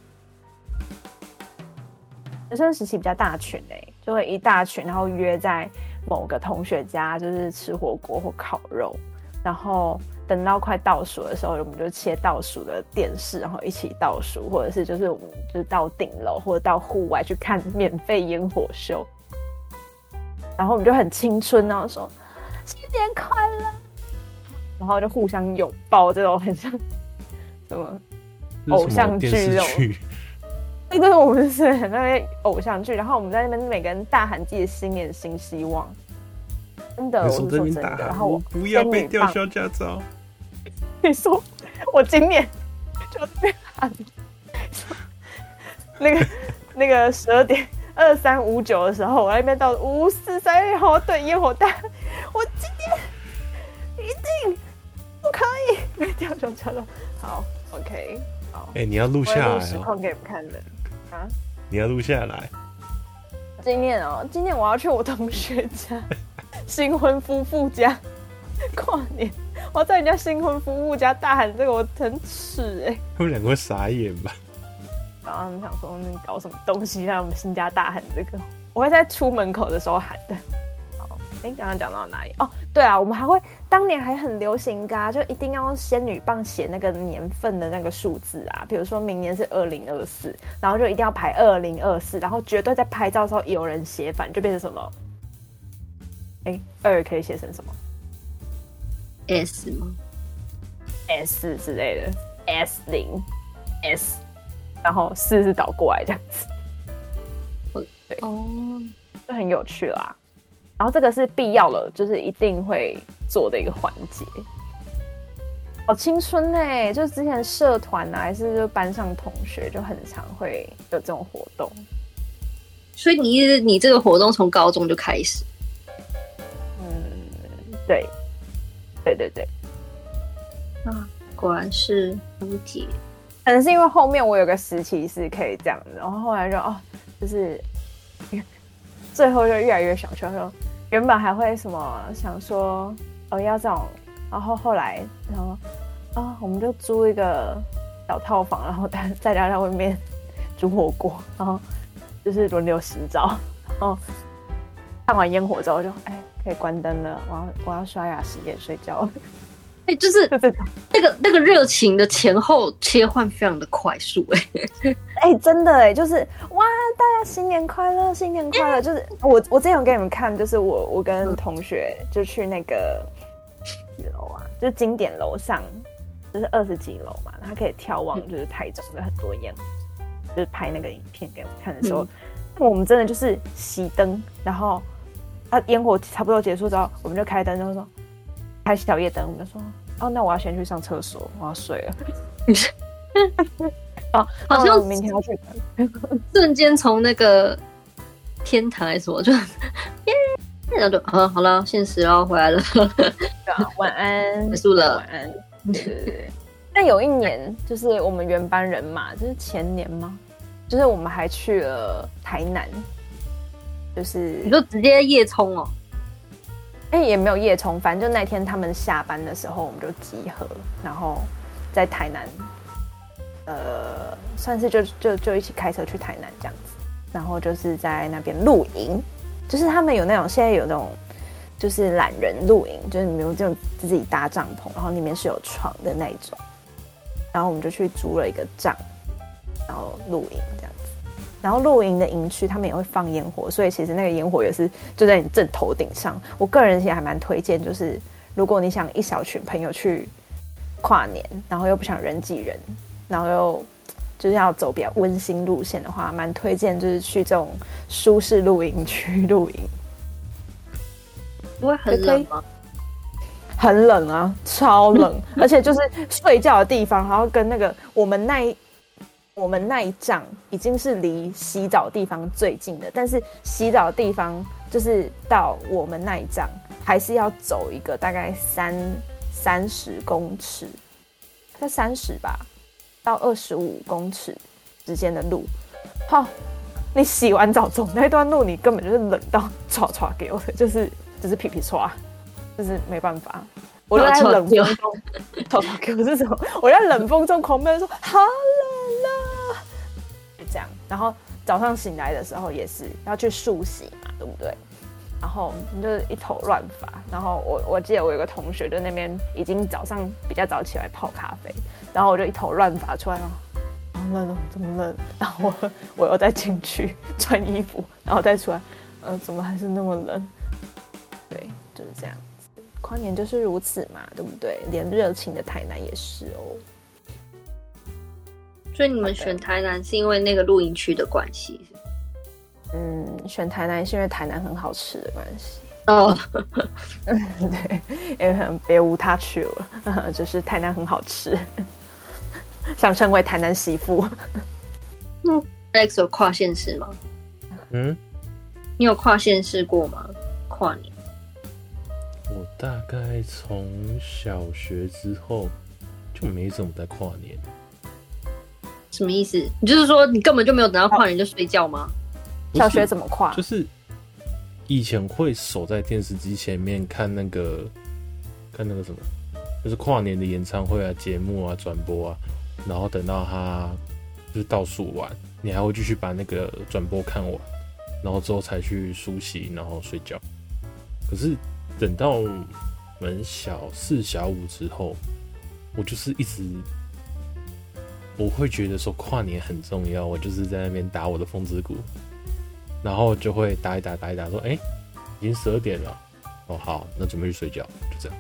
学生时期比较大群哎、就会一大群，然后约在某个同学家，就是吃火锅或烤肉，然后等到快倒数的时候，我们就切倒数的电视，然后一起倒数，或者是就是我们就是到顶楼或者到户外去看 免费烟火秀，然后我们就很青春然后说新年快乐，然后就互相拥抱，这种很像 什么
这是
偶
什么
像
电
剧
视
哦
剧？
对对，我们是很那些偶像剧，然后我们在那边每个人大喊自己的新年新希望，真的，我
你
是
说
说
这
真
边
的。
打
然
喊，
后
我
呃我
不要
仙
被
女
吊
棒
销驾照。
你说我今年就这边喊， 那个那个十二点二三五九的时候，我在那边到五四三六，然后对烟火大，我今天一定不可以 被吊销驾照。好，OK，好，
哎、你要录
我会
下
录
来
实
哦，
况给你们看的啊。
你要录下来。
今天哦，今天我要去我同学 家，新婚夫妇家跨年，我要在人家新婚夫妇家大喊这个，我很耻哎、
他们两个会傻眼吧？
然后他们想说你搞什么东西，让我们新家大喊这个。我会在出门口的时候喊的。好，哎，刚刚讲到哪里？哦，对啊，我们还会当年还很流行噶、就一定要用仙女棒写那个年份的那个数字啊，比如说明年是二零二四，然后就一定要排二零二四，然后绝对在拍照的时候有人写反，就变成什么？哎，二可以写成什么
S 吗？
？S 之类的，S 零 S，然后四是倒过来这样子。
哦，
就很有趣啦。然后这个是必要了，就是一定会做的一个环节。好青春哎、就之前社团啊，还是就班上同学，就很常会有这种活动。
所以你一直你这个活动从高中就开始，
嗯，对，对对对，
果然是蝴蝶。
可能是因为后面我有个时期是可以这样的，然后后来就哦，就是 最后就越来越想说说，原本还会什么想说哦要这种，然后后来然后啊、我们就租一个小套房，然后在在家在外面煮火锅，然后就是轮流洗澡，然后看完烟火之后就哎可以关灯了，我要我要刷牙洗脸睡觉了，
哎、就是
就这种。
那个那个热情的前后切换非常的快速、哎，
哎、真的哎、就是哇，大家新年快乐，新年快
嗯
乐！就是我我之前有给你们看，就是我我跟同学就去那个几楼啊，就是经典楼上，就是二十几楼嘛，它可以眺
嗯
望就是台中的很多烟火，就是拍那个影片给我们看的
嗯
时候，我们真的就是熄灯，然后它烟火差不多结束之后，我们就开灯，然后说开小夜灯，我们就说哦，那我要先去上厕所，我要睡 了。哦，那
好像
我明天要去哪里
瞬间从那个天堂来说，就 耶，然后就嗯，好了，现实然后回来了，
对 啊，晚安，
结束了
晚安。对对对。 但有一年，就是我们原班人马，就是前年吗？就是我们还去了台南，就是
你就直接夜冲哦，
哎、也没有夜冲，反正就那天他们下班的时候，我们就集合，然后在台南，呃，算是就就就一起开车去台南这样子，然后就是在那边露营，就是他们有那种现在有那种就是懒人露营，就是你们就自己搭帐篷，然后里面是有床的那一种，然后我们就去租了一个帐，然后露营这样子。然后露营的营区他们也会放烟火，所以其实那个烟火也是就在你正头顶上。我个人其实还蛮推荐，就是如果你想一小群朋友去跨年，然后又不想人挤人，然后又就是要走比较温馨路线的话，蛮推荐就是去这种舒适露营区露营。
不会很冷吗？
很冷啊，超冷，而且就是睡觉的地方，然后跟那个我们那一我们那一帐已经是离洗澡地方最近的，但是洗澡地方就是到我们那一帐还是要走一个大概三三十公尺，在三十吧到二十五公尺之间的路，好、你洗完澡走那段路，你根本就是冷到 唰唰给我的，就是就是屁屁唰，就是没办法。我就在冷风中，唰唰给我是什么？我在冷风中狂奔说好冷啦，就这样。然后早上醒来的时候也是要去漱洗嘛，对不对？然后就是一头乱发。然后我我记得我有个同学就那边已经早上比较早起来泡咖啡，然后我就一头乱发出来了。好冷哦，怎么冷？然后我我又再进去穿衣服，然后再出来，嗯、怎么还是那么冷？对，就是这样子。跨年就是如此嘛，对不对？连热情的台南也是哦。
所以你们选台南是因为那个露营区的关系。
嗯，选台南是因为台南很好吃的关系，
哦，
对，因为可能别无他去了， 就是台南很好吃。 想成为台南媳妇，
嗯，Alex 有跨县市吗？
嗯，
你有跨县市过吗？跨年？
我大概从小学之后就没怎么在跨年。
什么意思？你就是说你根本就没有等到跨年就睡觉吗？
不是
小学怎么跨
就？是以前会守在电视机前面看那个看那个什么，就是跨年的演唱会啊、节目啊、转播啊，然后等到它就是倒数完，你还会继续把那个转播看完，然后之后才去梳洗，然后睡觉。可是等到我们小四、小五之后，我就是一直。我会觉得说跨年很重要，我就是在那边打我的风之谷，然后就会打一打打一打，说：“哎、已经十二点了，哦，好，那准备去睡觉。”就这样。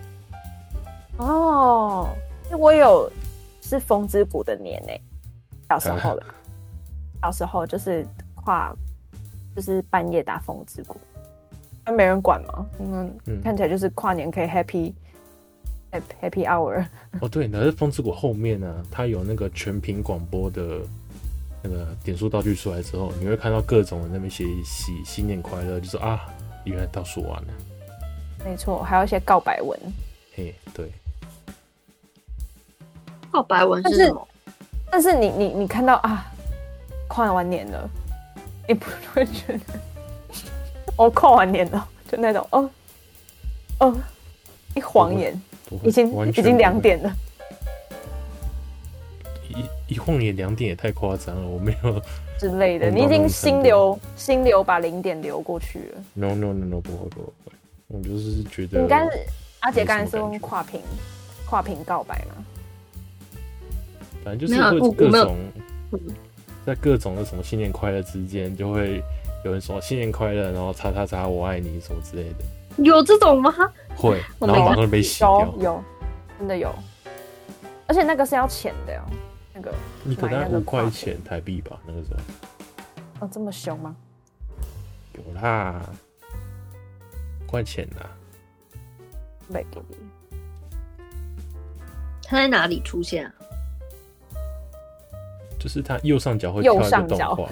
哦，我有是风之谷的年诶、小时 候啦，小时候就是跨，就是半夜打风之谷，那没人管嘛，嗯，
嗯
看起来就是跨年可以 happy happy hour，
哦，对，然后在风之谷后面呢、它有那个全屏广播的那个点数道具出来之后，你会看到各种人在那边写喜新年快乐，就说啊，原来倒数完了。
没错，还有一些告白文，
嘿，对，
告白文是
但是
什么？
但是你你你看到啊，跨完年了，你不会觉得哦，跨完年了，就那种哦哦，一晃眼
不会
已经
完
已
全
经两
不会，
点了。
一一晃眼两点也太夸张了，我没有
之类的，
嗯
你已
懂
经
懂
心流心流把零点流过去了。
，no no no no，不会不会不会，我就是觉得
应该是阿杰刚才是
啊没什么感觉
用跨屏跨屏告白嘛？
反正就是
没有
会
我
各
我没有
种
嗯
在各种的什么新年快乐之间，就会有人说新年快乐，然后叉叉叉我爱你什么之类的，
有这种吗？
会，
我
然后
没
马上就被洗掉
有。有，真的有，而且那个是要钱的哦，那个
你可
买
能
那个
五块
跨屏
钱台币吧，那个时候
哦这么凶吗？
有啦，五块钱啦。
没给你，
他在哪里出现啊？
就是它右上角会跳
右
一个
上
动
角
画，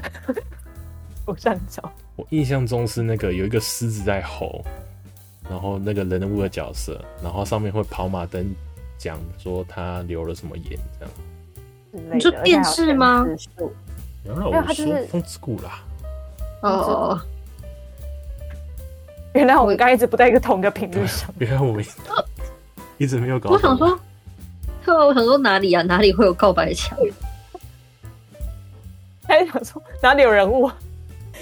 我上角
我印象中是那个有一个狮子在吼，然后那个人物的角色，然后上面会跑马灯讲说他流了什么盐这样。
之类的。
你说
而且
电
还有
视
全
吗
字数
然后
没有
我
它就
说
是
风之谷啦，
哦，
原来我们刚才一直不在一个同一个频率上。
原来我们 一直没有搞懂。
我想说，对啊，我想说哪里啊？哪里会有告白墙？
还想说哪里有人物啊？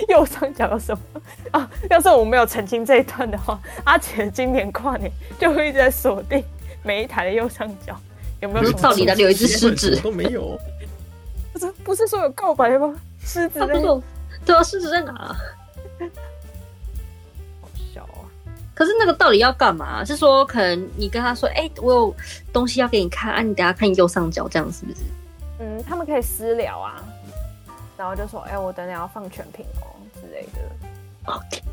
右上角有什么啊？ 要是我没有澄清这一段的话，阿姐今年跨年就会一直在锁定每一台的右上角有没有什
不是
么
照理
的
的，留一只狮子，
都没有，
不是不是说有告白吗？狮子
他不
在
是有对啊，狮子在哪啊？
小啊，
可是那个到底要干嘛？是说可能你跟他说，哎、我有东西要给你看，啊，你等下看右上角，这样是不是？
嗯，他们可以私聊啊，然后就说，哎、我等等要放全屏哦之类的。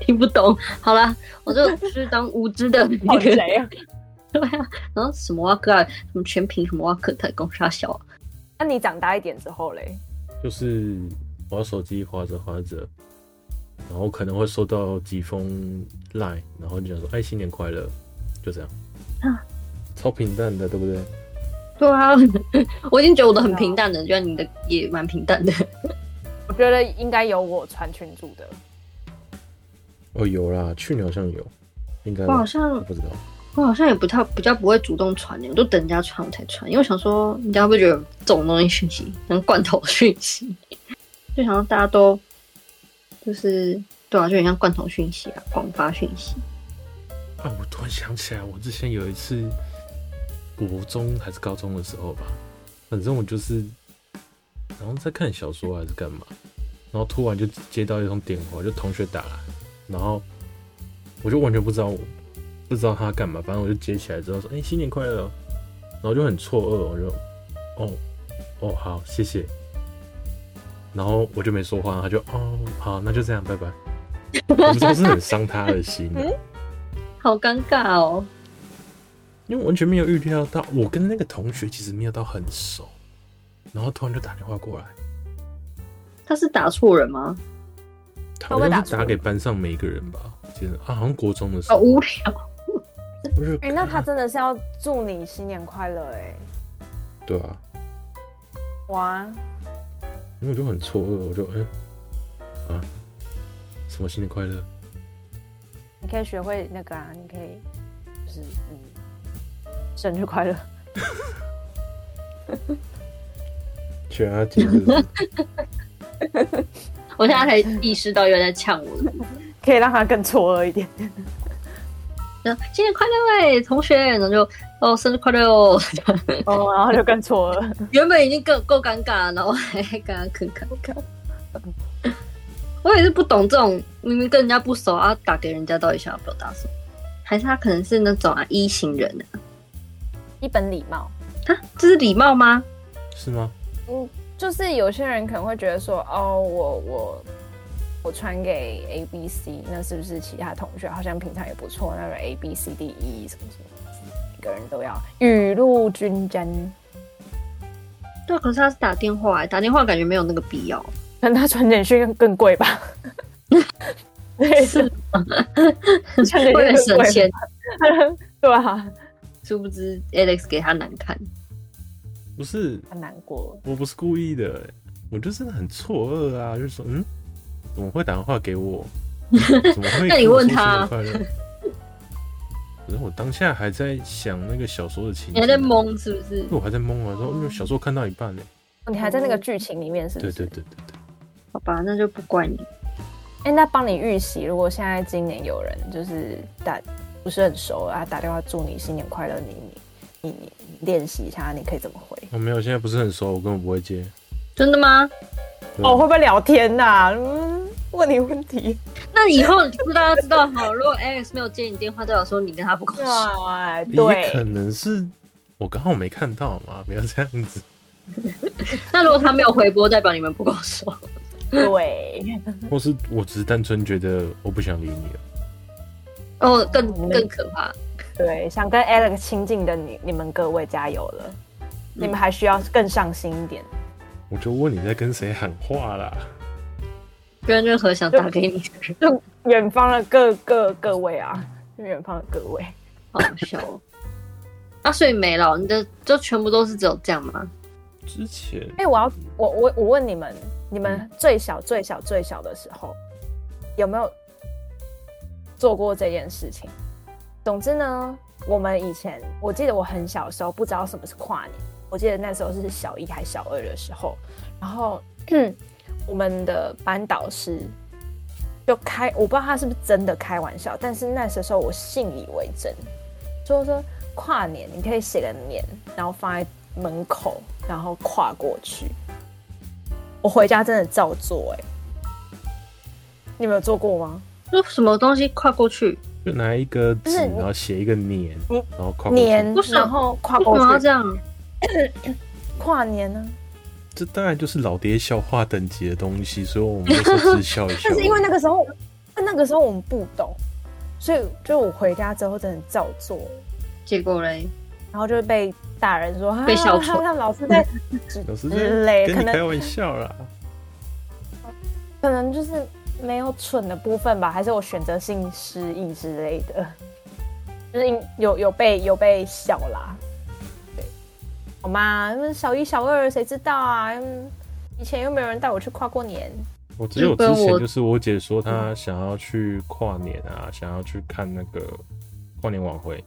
听不懂。好啦，我就就是当无知的那
好
个。
谁啊？
对啊， 然后什么哇哥啊，什么全屏什么哇可太公杀小啊，
那、你长大一点之后嘞，
就是我手机滑着滑着，然后可能会收到几封 line，然后就想说哎新年快乐，就这样，
啊
超平淡的，对不对？
对啊，我已经觉得我的很平淡了，觉得你的也蛮平淡的。
我觉得应该有我传群主的，
哦有啦，去年好像有，应该
我好
吧
像
不知道。
我好像也不太比较不会主动传的，我都等人家传我才传，因为我想说人家会不会觉得这种东西讯息像罐头讯息，就想让大家都就是对啊，就很像罐头讯息啊，广发讯息。
啊，我突然想起来，我之前有一次国中还是高中的时候吧，反正我就是，然后在看小说还是干嘛，然后突然就接到一通电话，就同学打来，然后我就完全不知道我不知道他干嘛，反正我就接起来之后说：“哎、新年快乐哦！”然后就很错愕，我就哦哦好，谢谢。然后我就没说话，他就哦好，那就这样，拜拜。我不知道是很伤他的心、啊。
好尴尬哦！
因为完全没有预料到，我跟那个同学其实没有到很熟，然后突然就打电话过来，
他是打错人吗？
他
会
好
不会
像
哦打哦
是打给班上每一个人吧，其实啊，好像国中的时
好
候，啊
哦无聊，
不是，
哎、那他真的是要祝你新年快乐哎、
对啊，
哇，
因为我就很错愕，我就嗯、啊，什么新年快乐，
你可以学会那个啊，你可以就是嗯，生日快乐。
全阿杰是
我现在才意识到原来在呛我了。
可以让他更错愕一 点。
然后新年快乐哎，同学，然后就哦生日快乐哦。
哦，然后就更错愕。
原本已经够够尴尬了，然后还刚刚更尴尬。 我也是不懂这种明明跟人家不熟啊，打给人家到底想要表达什么？还是他可能是那种啊一型人啊？
一本礼貌，
啊这是礼貌吗？
是吗？
嗯，就是有些人可能会觉得说，哦，我我我传给 A B C，那是不是其他同学好像平常也不错？那个 A B C D E 什么什么，每个人都要雨露均沾。
对，啊可是他是打电话、欸，打电话感觉没有那个必要。
可能他传简讯更更贵 吧？对，是 传简讯
会很
更
省
贵
钱，
吧，对啊，
殊不知 Alex 给他难看。
不是，
很难过。
我不是故意的、欸我就是很错愕啊，就是说嗯，怎么会打电话给 我？怎么会？
那你问他
快乐？ 可是我当下还在想那个小说的情
你
节，
还在懵是不是
因？
嗯
为我还在懵啊，说因为小说看到一半呢。欸
哦
你还在那个剧情里面是不
对
是？
对对对对，
好吧，那就不怪你。
哎、那帮你预习，如果现在今年有人就是打不是很熟啊，打电话祝你新年快乐，你你你你你练习一下，你可以怎么回？
我、哦没有，现在不是很熟，我根本不会接。
真的吗？
对
哦，会不会聊天呐、嗯，问你问题。
那以后知道知道好，如果 Alex 没有接你电话，代表说你跟他 不共识。
哇，
也可
啊对，
能是我刚好没看到嘛，不要这样子。
那如果他没有回拨，代表你们不共识。
对，
或是我只是单纯觉得我不想理你了。
哦，更更可怕。
对，想跟 Alex 亲近的你，你们各位加油了！你们还需要更上心一点。
我就问你在跟谁喊话啦？
跟任何想打给你的人，
就远方的各各各位啊，就远方的各位，
好笑 哦。啊，所以没了，你的就全部都是只有这样吗？
之前
哎、我要我我我问你们，你们最小最小最小的时候有没有做过这件事情？总之呢，我们以前我记得我很小的时候不知道什么是跨年，我记得那时候是小一还小二的时候，然后我们的班导师就开，我不知道他是不是真的开玩笑，但是那时候我信以为真，说说跨年你可以写个年，然后放在门口，然后跨过去。我回家真的照做、哎，你们有做过吗？
就什么东西跨过去？
就拿一个纸，
就是你
然后写一个年，
你
然后跨过去
年
为，什么
然后跨
为什么
过
要
去
这，样？
跨年啊呢？
这当然就是老爹笑话等级的东西，所以我们就说只是笑一 笑。
但是因为那个时候，那个时候我们不懂，所以就我回家之后真的照做，
结果嘞，
然后就被大人说
被笑
啊
错
他们老师在指
老师
之
在
类，
跟
可
你
能
开玩笑啦。
可能就是没有蠢的部分吧，还是我选择性失忆之类的， 就是因有有被有被笑啦。对，好吗？那小一小二谁知道啊？嗯以前又没有人带我去跨过年，
我只有
日本
之前
我
就是我姐说
嗯
她想要去跨年啊，想要去看那个跨年晚会，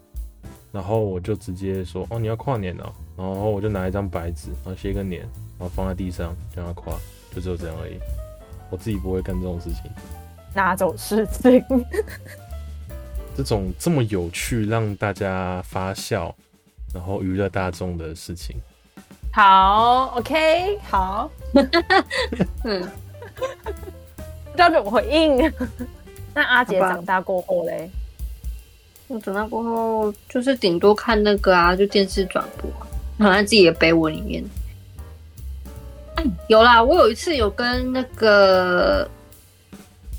然后我就直接说哦你要跨年哦，然后我就拿一张白纸，然后写一个年，然后放在地上让她跨，就只有这样而已。我自己不会干这种事情，
哪种事情？
这种这么有趣让大家发笑，然后娱乐大众的事情，
好，OK，好，
嗯，
不知道怎么回应。 那阿杰
好吧
长大过后嘞，
我长大过后就是顶多看那个啊，就电视转播、啊，躺在自己的被窝里面。哎有啦，我有一次有跟那个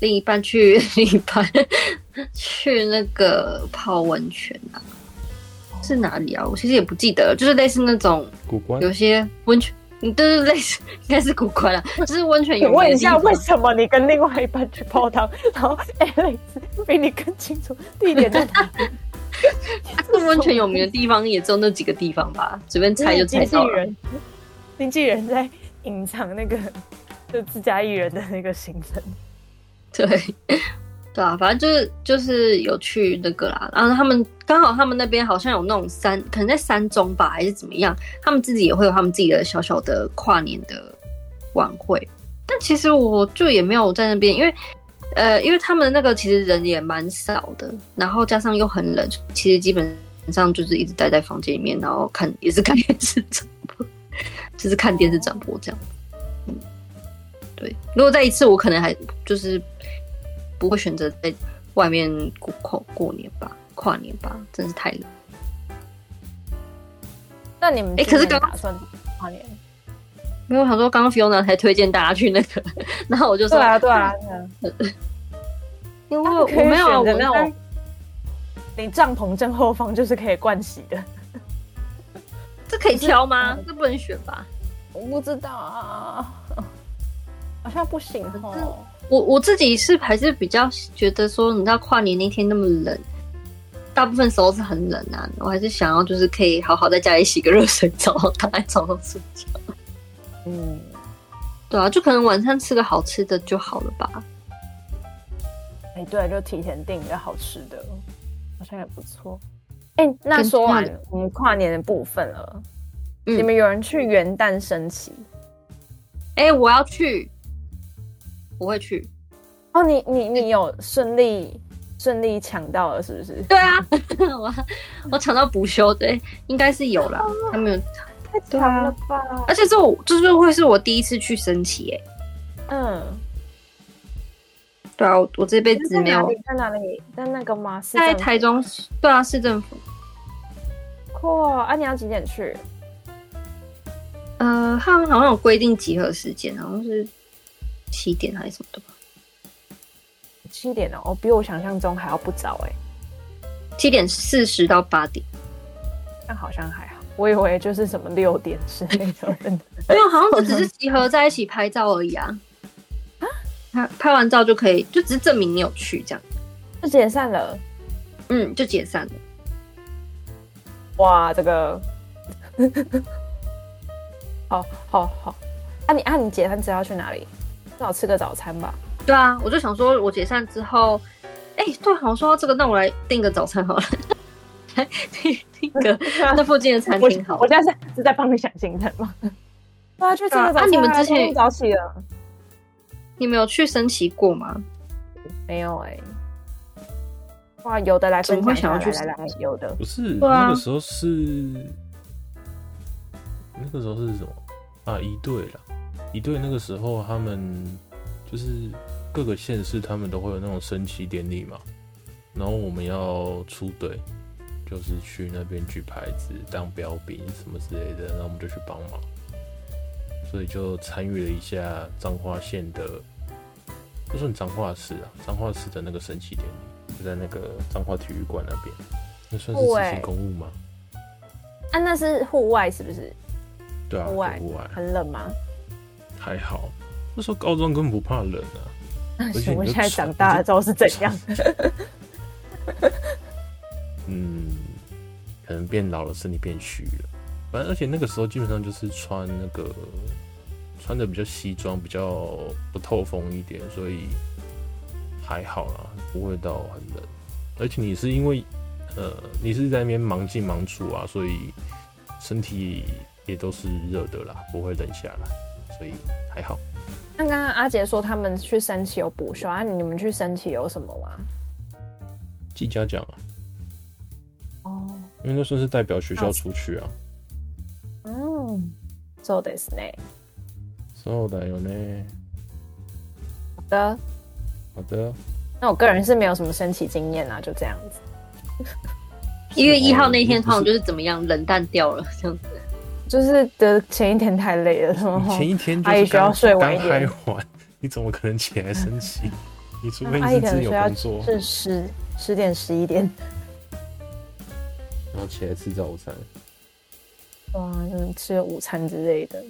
另一半去 另一半去那个泡温泉啊，是哪里啊？我其实也不记得了，就是类似那种
古关
有些温泉，嗯，对对对，类似应该是古关啦，就是温泉有
请问
名
一
的地
下，
方
为什么你跟另外一半去泡汤，然后 Alex 比你更清楚地点在哪里？
啊这个温泉有名的地方也只有那几个地方吧，随便猜就猜
经纪
到了。
人， 经纪人在隐藏那个就自家艺人的那个行程。
对，对啊，反正就是就是有去那个啦，然后他们刚好他们那边好像有那种山，可能在山中吧，还是怎么样，他们自己也会有他们自己的小小的跨年的晚会。但其实我就也没有在那边，因为呃，因为他们那个其实人也蛮少的，然后加上又很冷，其实基本上就是一直待在房间里面，然后看也是看电视转播， 就是看电视转播这样。嗯，对，如果再一次，我可能还就是不会选择在外面过过过年吧，跨年吧，真是太冷。
那你们
诶可是
今年
刚
打算跨年？
没有我想说，刚刚 Fiona 才推荐大家去那个， 然后我就说，
对啊，对啊，对啊
因为我没有啊，
他
我
们可以选
没
择那
有
种，你帐篷正后方就是可以灌洗的。
这可以挑吗？
嗯
这不能选吧？
我不知道啊，好像不行哦。
我我自己是还是比较觉得说，你知道跨年那天那么冷，大部分时候是很冷啊，我还是想要就是可以好好在家里洗个热水澡，躺在床上睡觉。
嗯，
对啊，就可能晚上吃个好吃的就好了吧。
哎、对，就提前订一个好吃的，好像也不错。哎、那
跟
说完
那
我们跨年的部分了，
嗯
你们有人去元旦升旗？
哎、我要去，我会去。
哦，你你你有顺利顺利抢到了，是不是？
对啊， 我我抢到补休，对，应该是有啦，他没有。
太
对
强
啊
了吧！
而且这我就是会是我第一次去升旗、欸，
嗯，
对啊，我我这辈
你
子
在
没
哪
有
里？在哪里？在那个吗？是
在台中，对啊，市政府，
酷哦啊！你要几点去？
呃，他们好像有规定集合时间，好像是七点还是什么的吧，
七点哦，哦比我想象中还要不早哎、
七点四十到八点，
但好像还好。我以为就是什么六点之类的，
没有，好像就只是集合在一起拍照而已啊。拍拍完照就可以，就只是证明你有去这样，
就解散了。
嗯，就解散了。
哇，这个， 好好好。啊你啊你解散之后要去哪里？至少吃个早餐 吧。
对啊，我就想说，我解散之后，哎、对，好像说到这个，那我来订个早餐好了， 来订订 个那附近的餐
我
厅好
我
了。
现在是是在帮你想行程吗？ 对啊，去吃个早餐
啊你们之前
天气早起了
你们有去升旗过吗？
没有？哎，哇，有的来分
怎么
享
会
一下，
想要去
来来来，有的。
不是、
对啊
那个时候是那个时候是什么啊？一队啦，一队那个时候他们就是各个县市他们都会有那种升旗典礼嘛，然后我们要出队，就是去那边举牌子当标兵什么之类的，然后我们就去帮忙，所以就参与了一下彰化县的，不算彰化市啊，彰化市的那个升旗典礼，就在那个彰化体育馆那边。那算是执行公务吗？
啊，那是户外是不是？
对啊，
户外
户外
很冷吗？
还好。那时候高中根本不怕冷啊，且
请问
你就
现在
穿
长大了之后是怎样？
嗯，可能变老了，身体变虚了。反正而且那个时候基本上就是穿那个穿的比较西装，比较不透风一点，所以还好啦，不会到很冷。而且你是因为呃，你是在那边忙进忙出啊，所以身体也都是热的啦，不会冷下来，所以还好。
那刚刚阿杰说他们去升旗有补休啊，你们去升旗有什么吗？
季嘉奖啊。
哦，
因为那算是代表学校出去啊。
嗯，そうですね。
そうだよね。
好的，
好的，
那我个人是没有什么升旗经验啊，就这样子，
啊
一月一号那天，
不是
通常就是怎么样，冷淡掉了这样。
就是的前一天太累了，然
你
后
前一天就
阿姨
是
需要
刚
睡晚
刚
一
嗨
点
完，你怎么可能起来升 旗？你除非
阿姨
你
可
是
能
自
需
由
要
工作，
是十十点十一点，
然后起来吃早餐。
哇，嗯，吃个午餐之类的。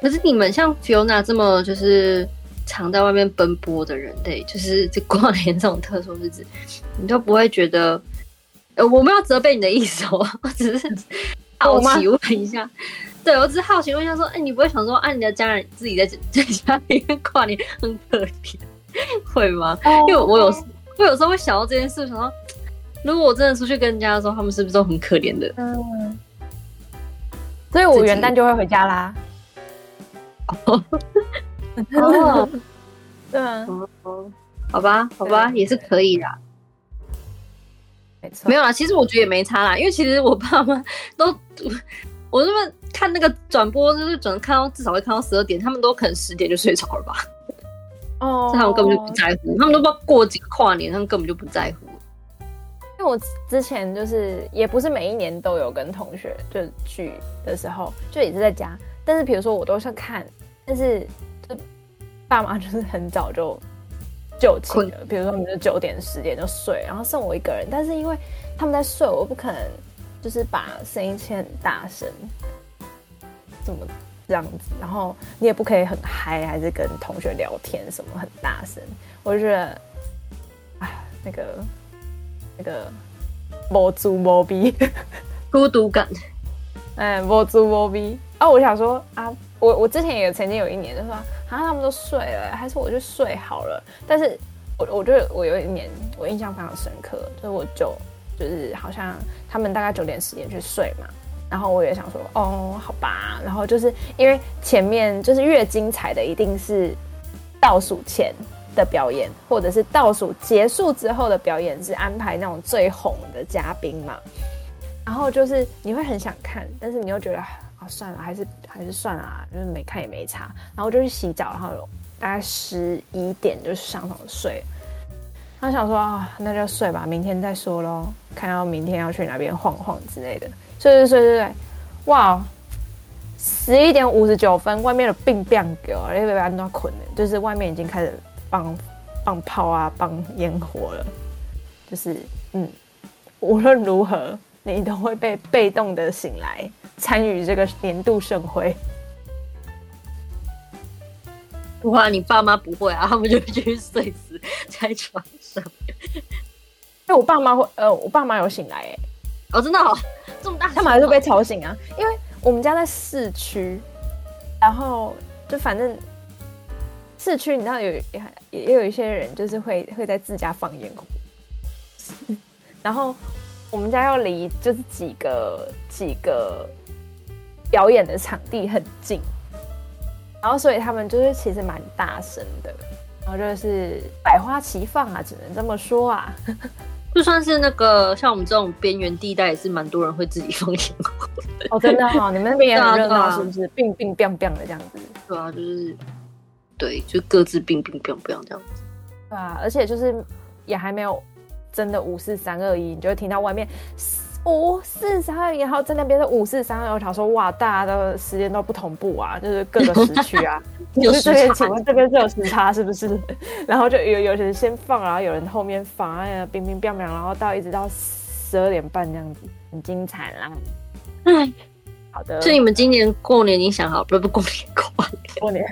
可是你们像 Fiona 这么就是常在外面奔波的人类，就是这过年这种特殊日子，你都不会觉得，呃，我没有责备你的意思哦， 我只是好
我吗
奇问一下，对我只是好奇问一下说，哎、你不会想说，啊，你的家人自己在在家里面跨年很可怜，会吗？因为我有我有时候会想到这件事，想到如果我真的出去跟人家的时候，他们是不是都很可怜的？
嗯，所以我元旦就会回家啦。
哦，
对啊，
好吧，好吧，
对
也是可以的。
没错，
没有啦，其实我觉得也没差啦，因为其实我爸妈都，我那么看那个转播，就是转看到至少会看到十二点，他们都可能十点就睡着了吧，
哦
他们根本就不在乎，他们都不知道过几个跨年，他们根本就不在乎。
因为我之前就是也不是每一年都有跟同学就聚的时候，就也是在家，但是比如说我都是看，但是就爸妈就是很早就就寝了，比如说我们就九点十点就睡，然后剩我一个人，但是因为他们在睡，我不可能就是把声音切很大声，怎么这样子，然后你也不可以很嗨，还是跟同学聊天什么很大声，我就觉得，哎，那个。那个无猪无逼，
孤独感，
哎，无猪无逼。啊，我想说啊，我我之前也曾经有一年就说啊，他们都睡了，还是我就睡好了。但是我我觉得我有一年我印象非常深刻，就是我九就是好像他们大概九点十点去睡嘛。然后我也想说，哦，好吧。然后就是因为前面就是越精彩的一定是倒数前的表演，或者是倒数结束之后的表演，是安排那种最红的嘉宾嘛。然后就是你会很想看，但是你又觉得啊算了，还是还是算了、啊，就是没看也没差。然后就去洗澡，然后大概十一点就上床睡了。他想说啊，那就睡吧，明天再说喽。看到明天要去哪边晃晃之类的，睡睡睡睡睡，哇！十一点五十九分，外面的病变狗，因为安装困了，就是外面已经开始放放炮啊，放烟火了。就是嗯，无论如何，你都会被被动的醒来，参与这个年度盛会。
不怕你爸妈不会啊，他们就继续睡死在床上。
因为我爸妈会，呃，我爸妈有醒来、欸，
哦，真的好，这么大声哦，
他们还是被吵醒啊，因为我们家在市区，然后就反正市区你知道有也也有一些人就是会会在自家放烟火，然后我们家要离就是几个几个表演的场地很近，然后所以他们就是其实蛮大声的，然后就是百花齐放啊，只能这么说 啊。
就算是那个像我们这种边缘地带，也是蛮多人会自己放烟火，
哦，真的哈、哦，你们那边也很热
对啊对
闹，
啊
是不是？病病变变的这样子。
对啊，就是对，就各自病病病病这样。
对啊，而且就是也还没有真的五四三二一，你就会听到外面五四三二一，然后在那边的五四三二，我想说哇，大家的时间都不同步啊， 就是各个时区啊，
有
就是这
时
边
差
请问这边是有时差是不是？ 然后就有有人先放，然后有人后面放，哎呀，冰冰冰冰，然后到一直到十二点半这样子，很精彩啦。
哎，
好的，
所以你们今年过年已经想好，不是不过年跨
过年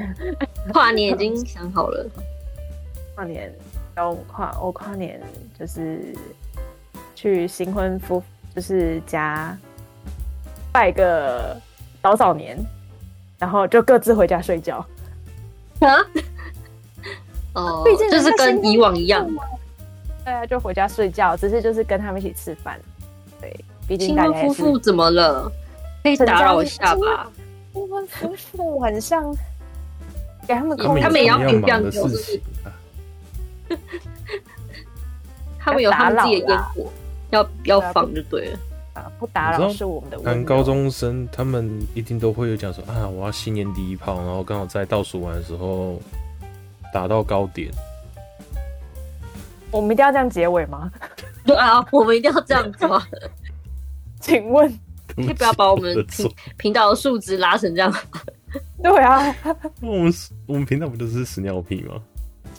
跨年已经想好 了，
跨年，然后我跨我跨年就是去新婚夫就是家拜个早早年，然后就各自回家睡觉。
啊？哦
毕竟，人家
就是跟以往一样，
对啊，就回家睡觉，只是就是跟他们一起吃饭。对，毕竟
新
大
婚
家也
夫
是
妇怎么了？可以打扰一下吧？
新婚夫妇，很像 给他们
他
空
们
间，
也要
有什么
比较
忙的
久
事情啊，
他们有他们自己的
打扰
烟
啦
火，要要
对啊
放就对了。
啊不打扰是我们的温
男
柔
高中生他们一定都会有讲说啊，我要新年第一炮，然后刚好在倒数完的时候打到高点，
我们一定要这样结尾吗？
对啊，我们一定要这样子吗？
请问，
可
可以不要把我 们
做
频频道的数值拉成这样？
对啊，
我们我们频道不就是屎尿屁吗？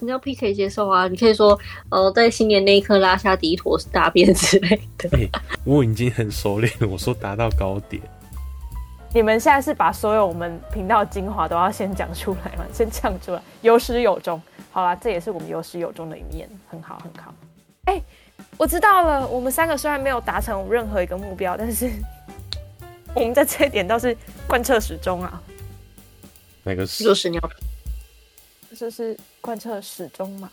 你要 P 可以接受啊，你可以说，呃，在新年那一刻拉下第一坨大便之类的。
哎、我已经很熟练了，我说达到高点，
你们现在是把所有我们频道的精华都要先讲出来吗？ 先讲出来，有始有终。好啦，这也是我们有始有终的一面，很好，很好。哎、我知道了，我们三个虽然没有达成任何一个目标，但是 我们在这一点倒是贯彻始终啊，
那个是
就是你要
就是贯彻始终嘛。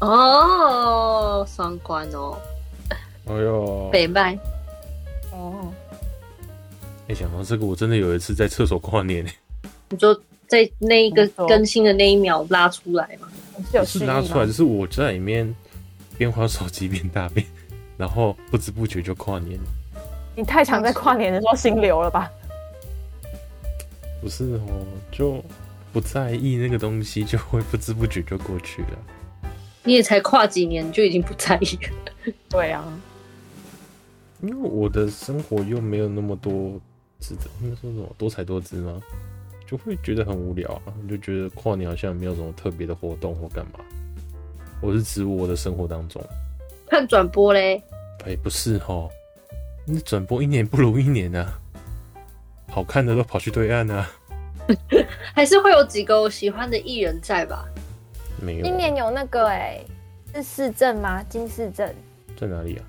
哦，双关哦，
哎呦，哎、
北麦
哦，
想哎到这个，我真的有一次在厕所跨年、
在那一个
没错
更新的那一秒拉出来嘛。
哦 是有
不
诗
是
意
拉
吗？
出来，就是我在里面边划手机边大便，然后不知不觉就跨年了。
你太常在跨年的时候心流了吧？
不是哦，就不在意那个东西，就会不知不觉就过去了。
你也才跨几年，你就已经不在意了。
对啊，
因为我的生活又没有那么多值得，应该说什么多彩多姿吗？就会觉得很无聊啊，就觉得跨年好像没有什么特别的活动或干嘛。我是指我的生活当中，
看转播嘞，
哎、不是哦，那转播一年不如一年啊，好看的都跑去对岸啊，
还是会有几个我喜欢的艺人在吧？
没有
今年有那个哎、是市政吗？金市政，
在哪里啊？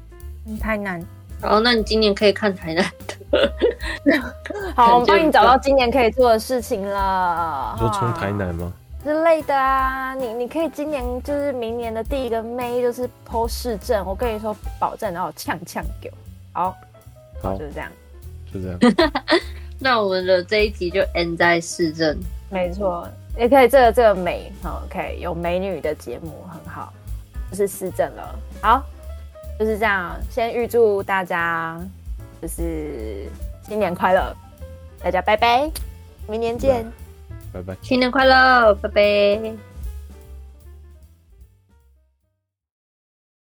嗯台南。
然后，那你今年可以看台南 的，
好，我帮你找到今年可以做的事情了。
都冲台南吗？
之类的啊，你你可以今年就是明年的第一个 May 就是剖市政，我跟你说保证，然后呛呛给我。好，
好
就，是这样。
就这样。
那我们的这一集就 end 在市政。
没错，也可以这个这个美，OK，有美女的节目很好，就是失正了。好，就是这样，先预祝大家就是新年快乐，大家拜拜，明年见。
拜拜。
新年快乐，拜拜。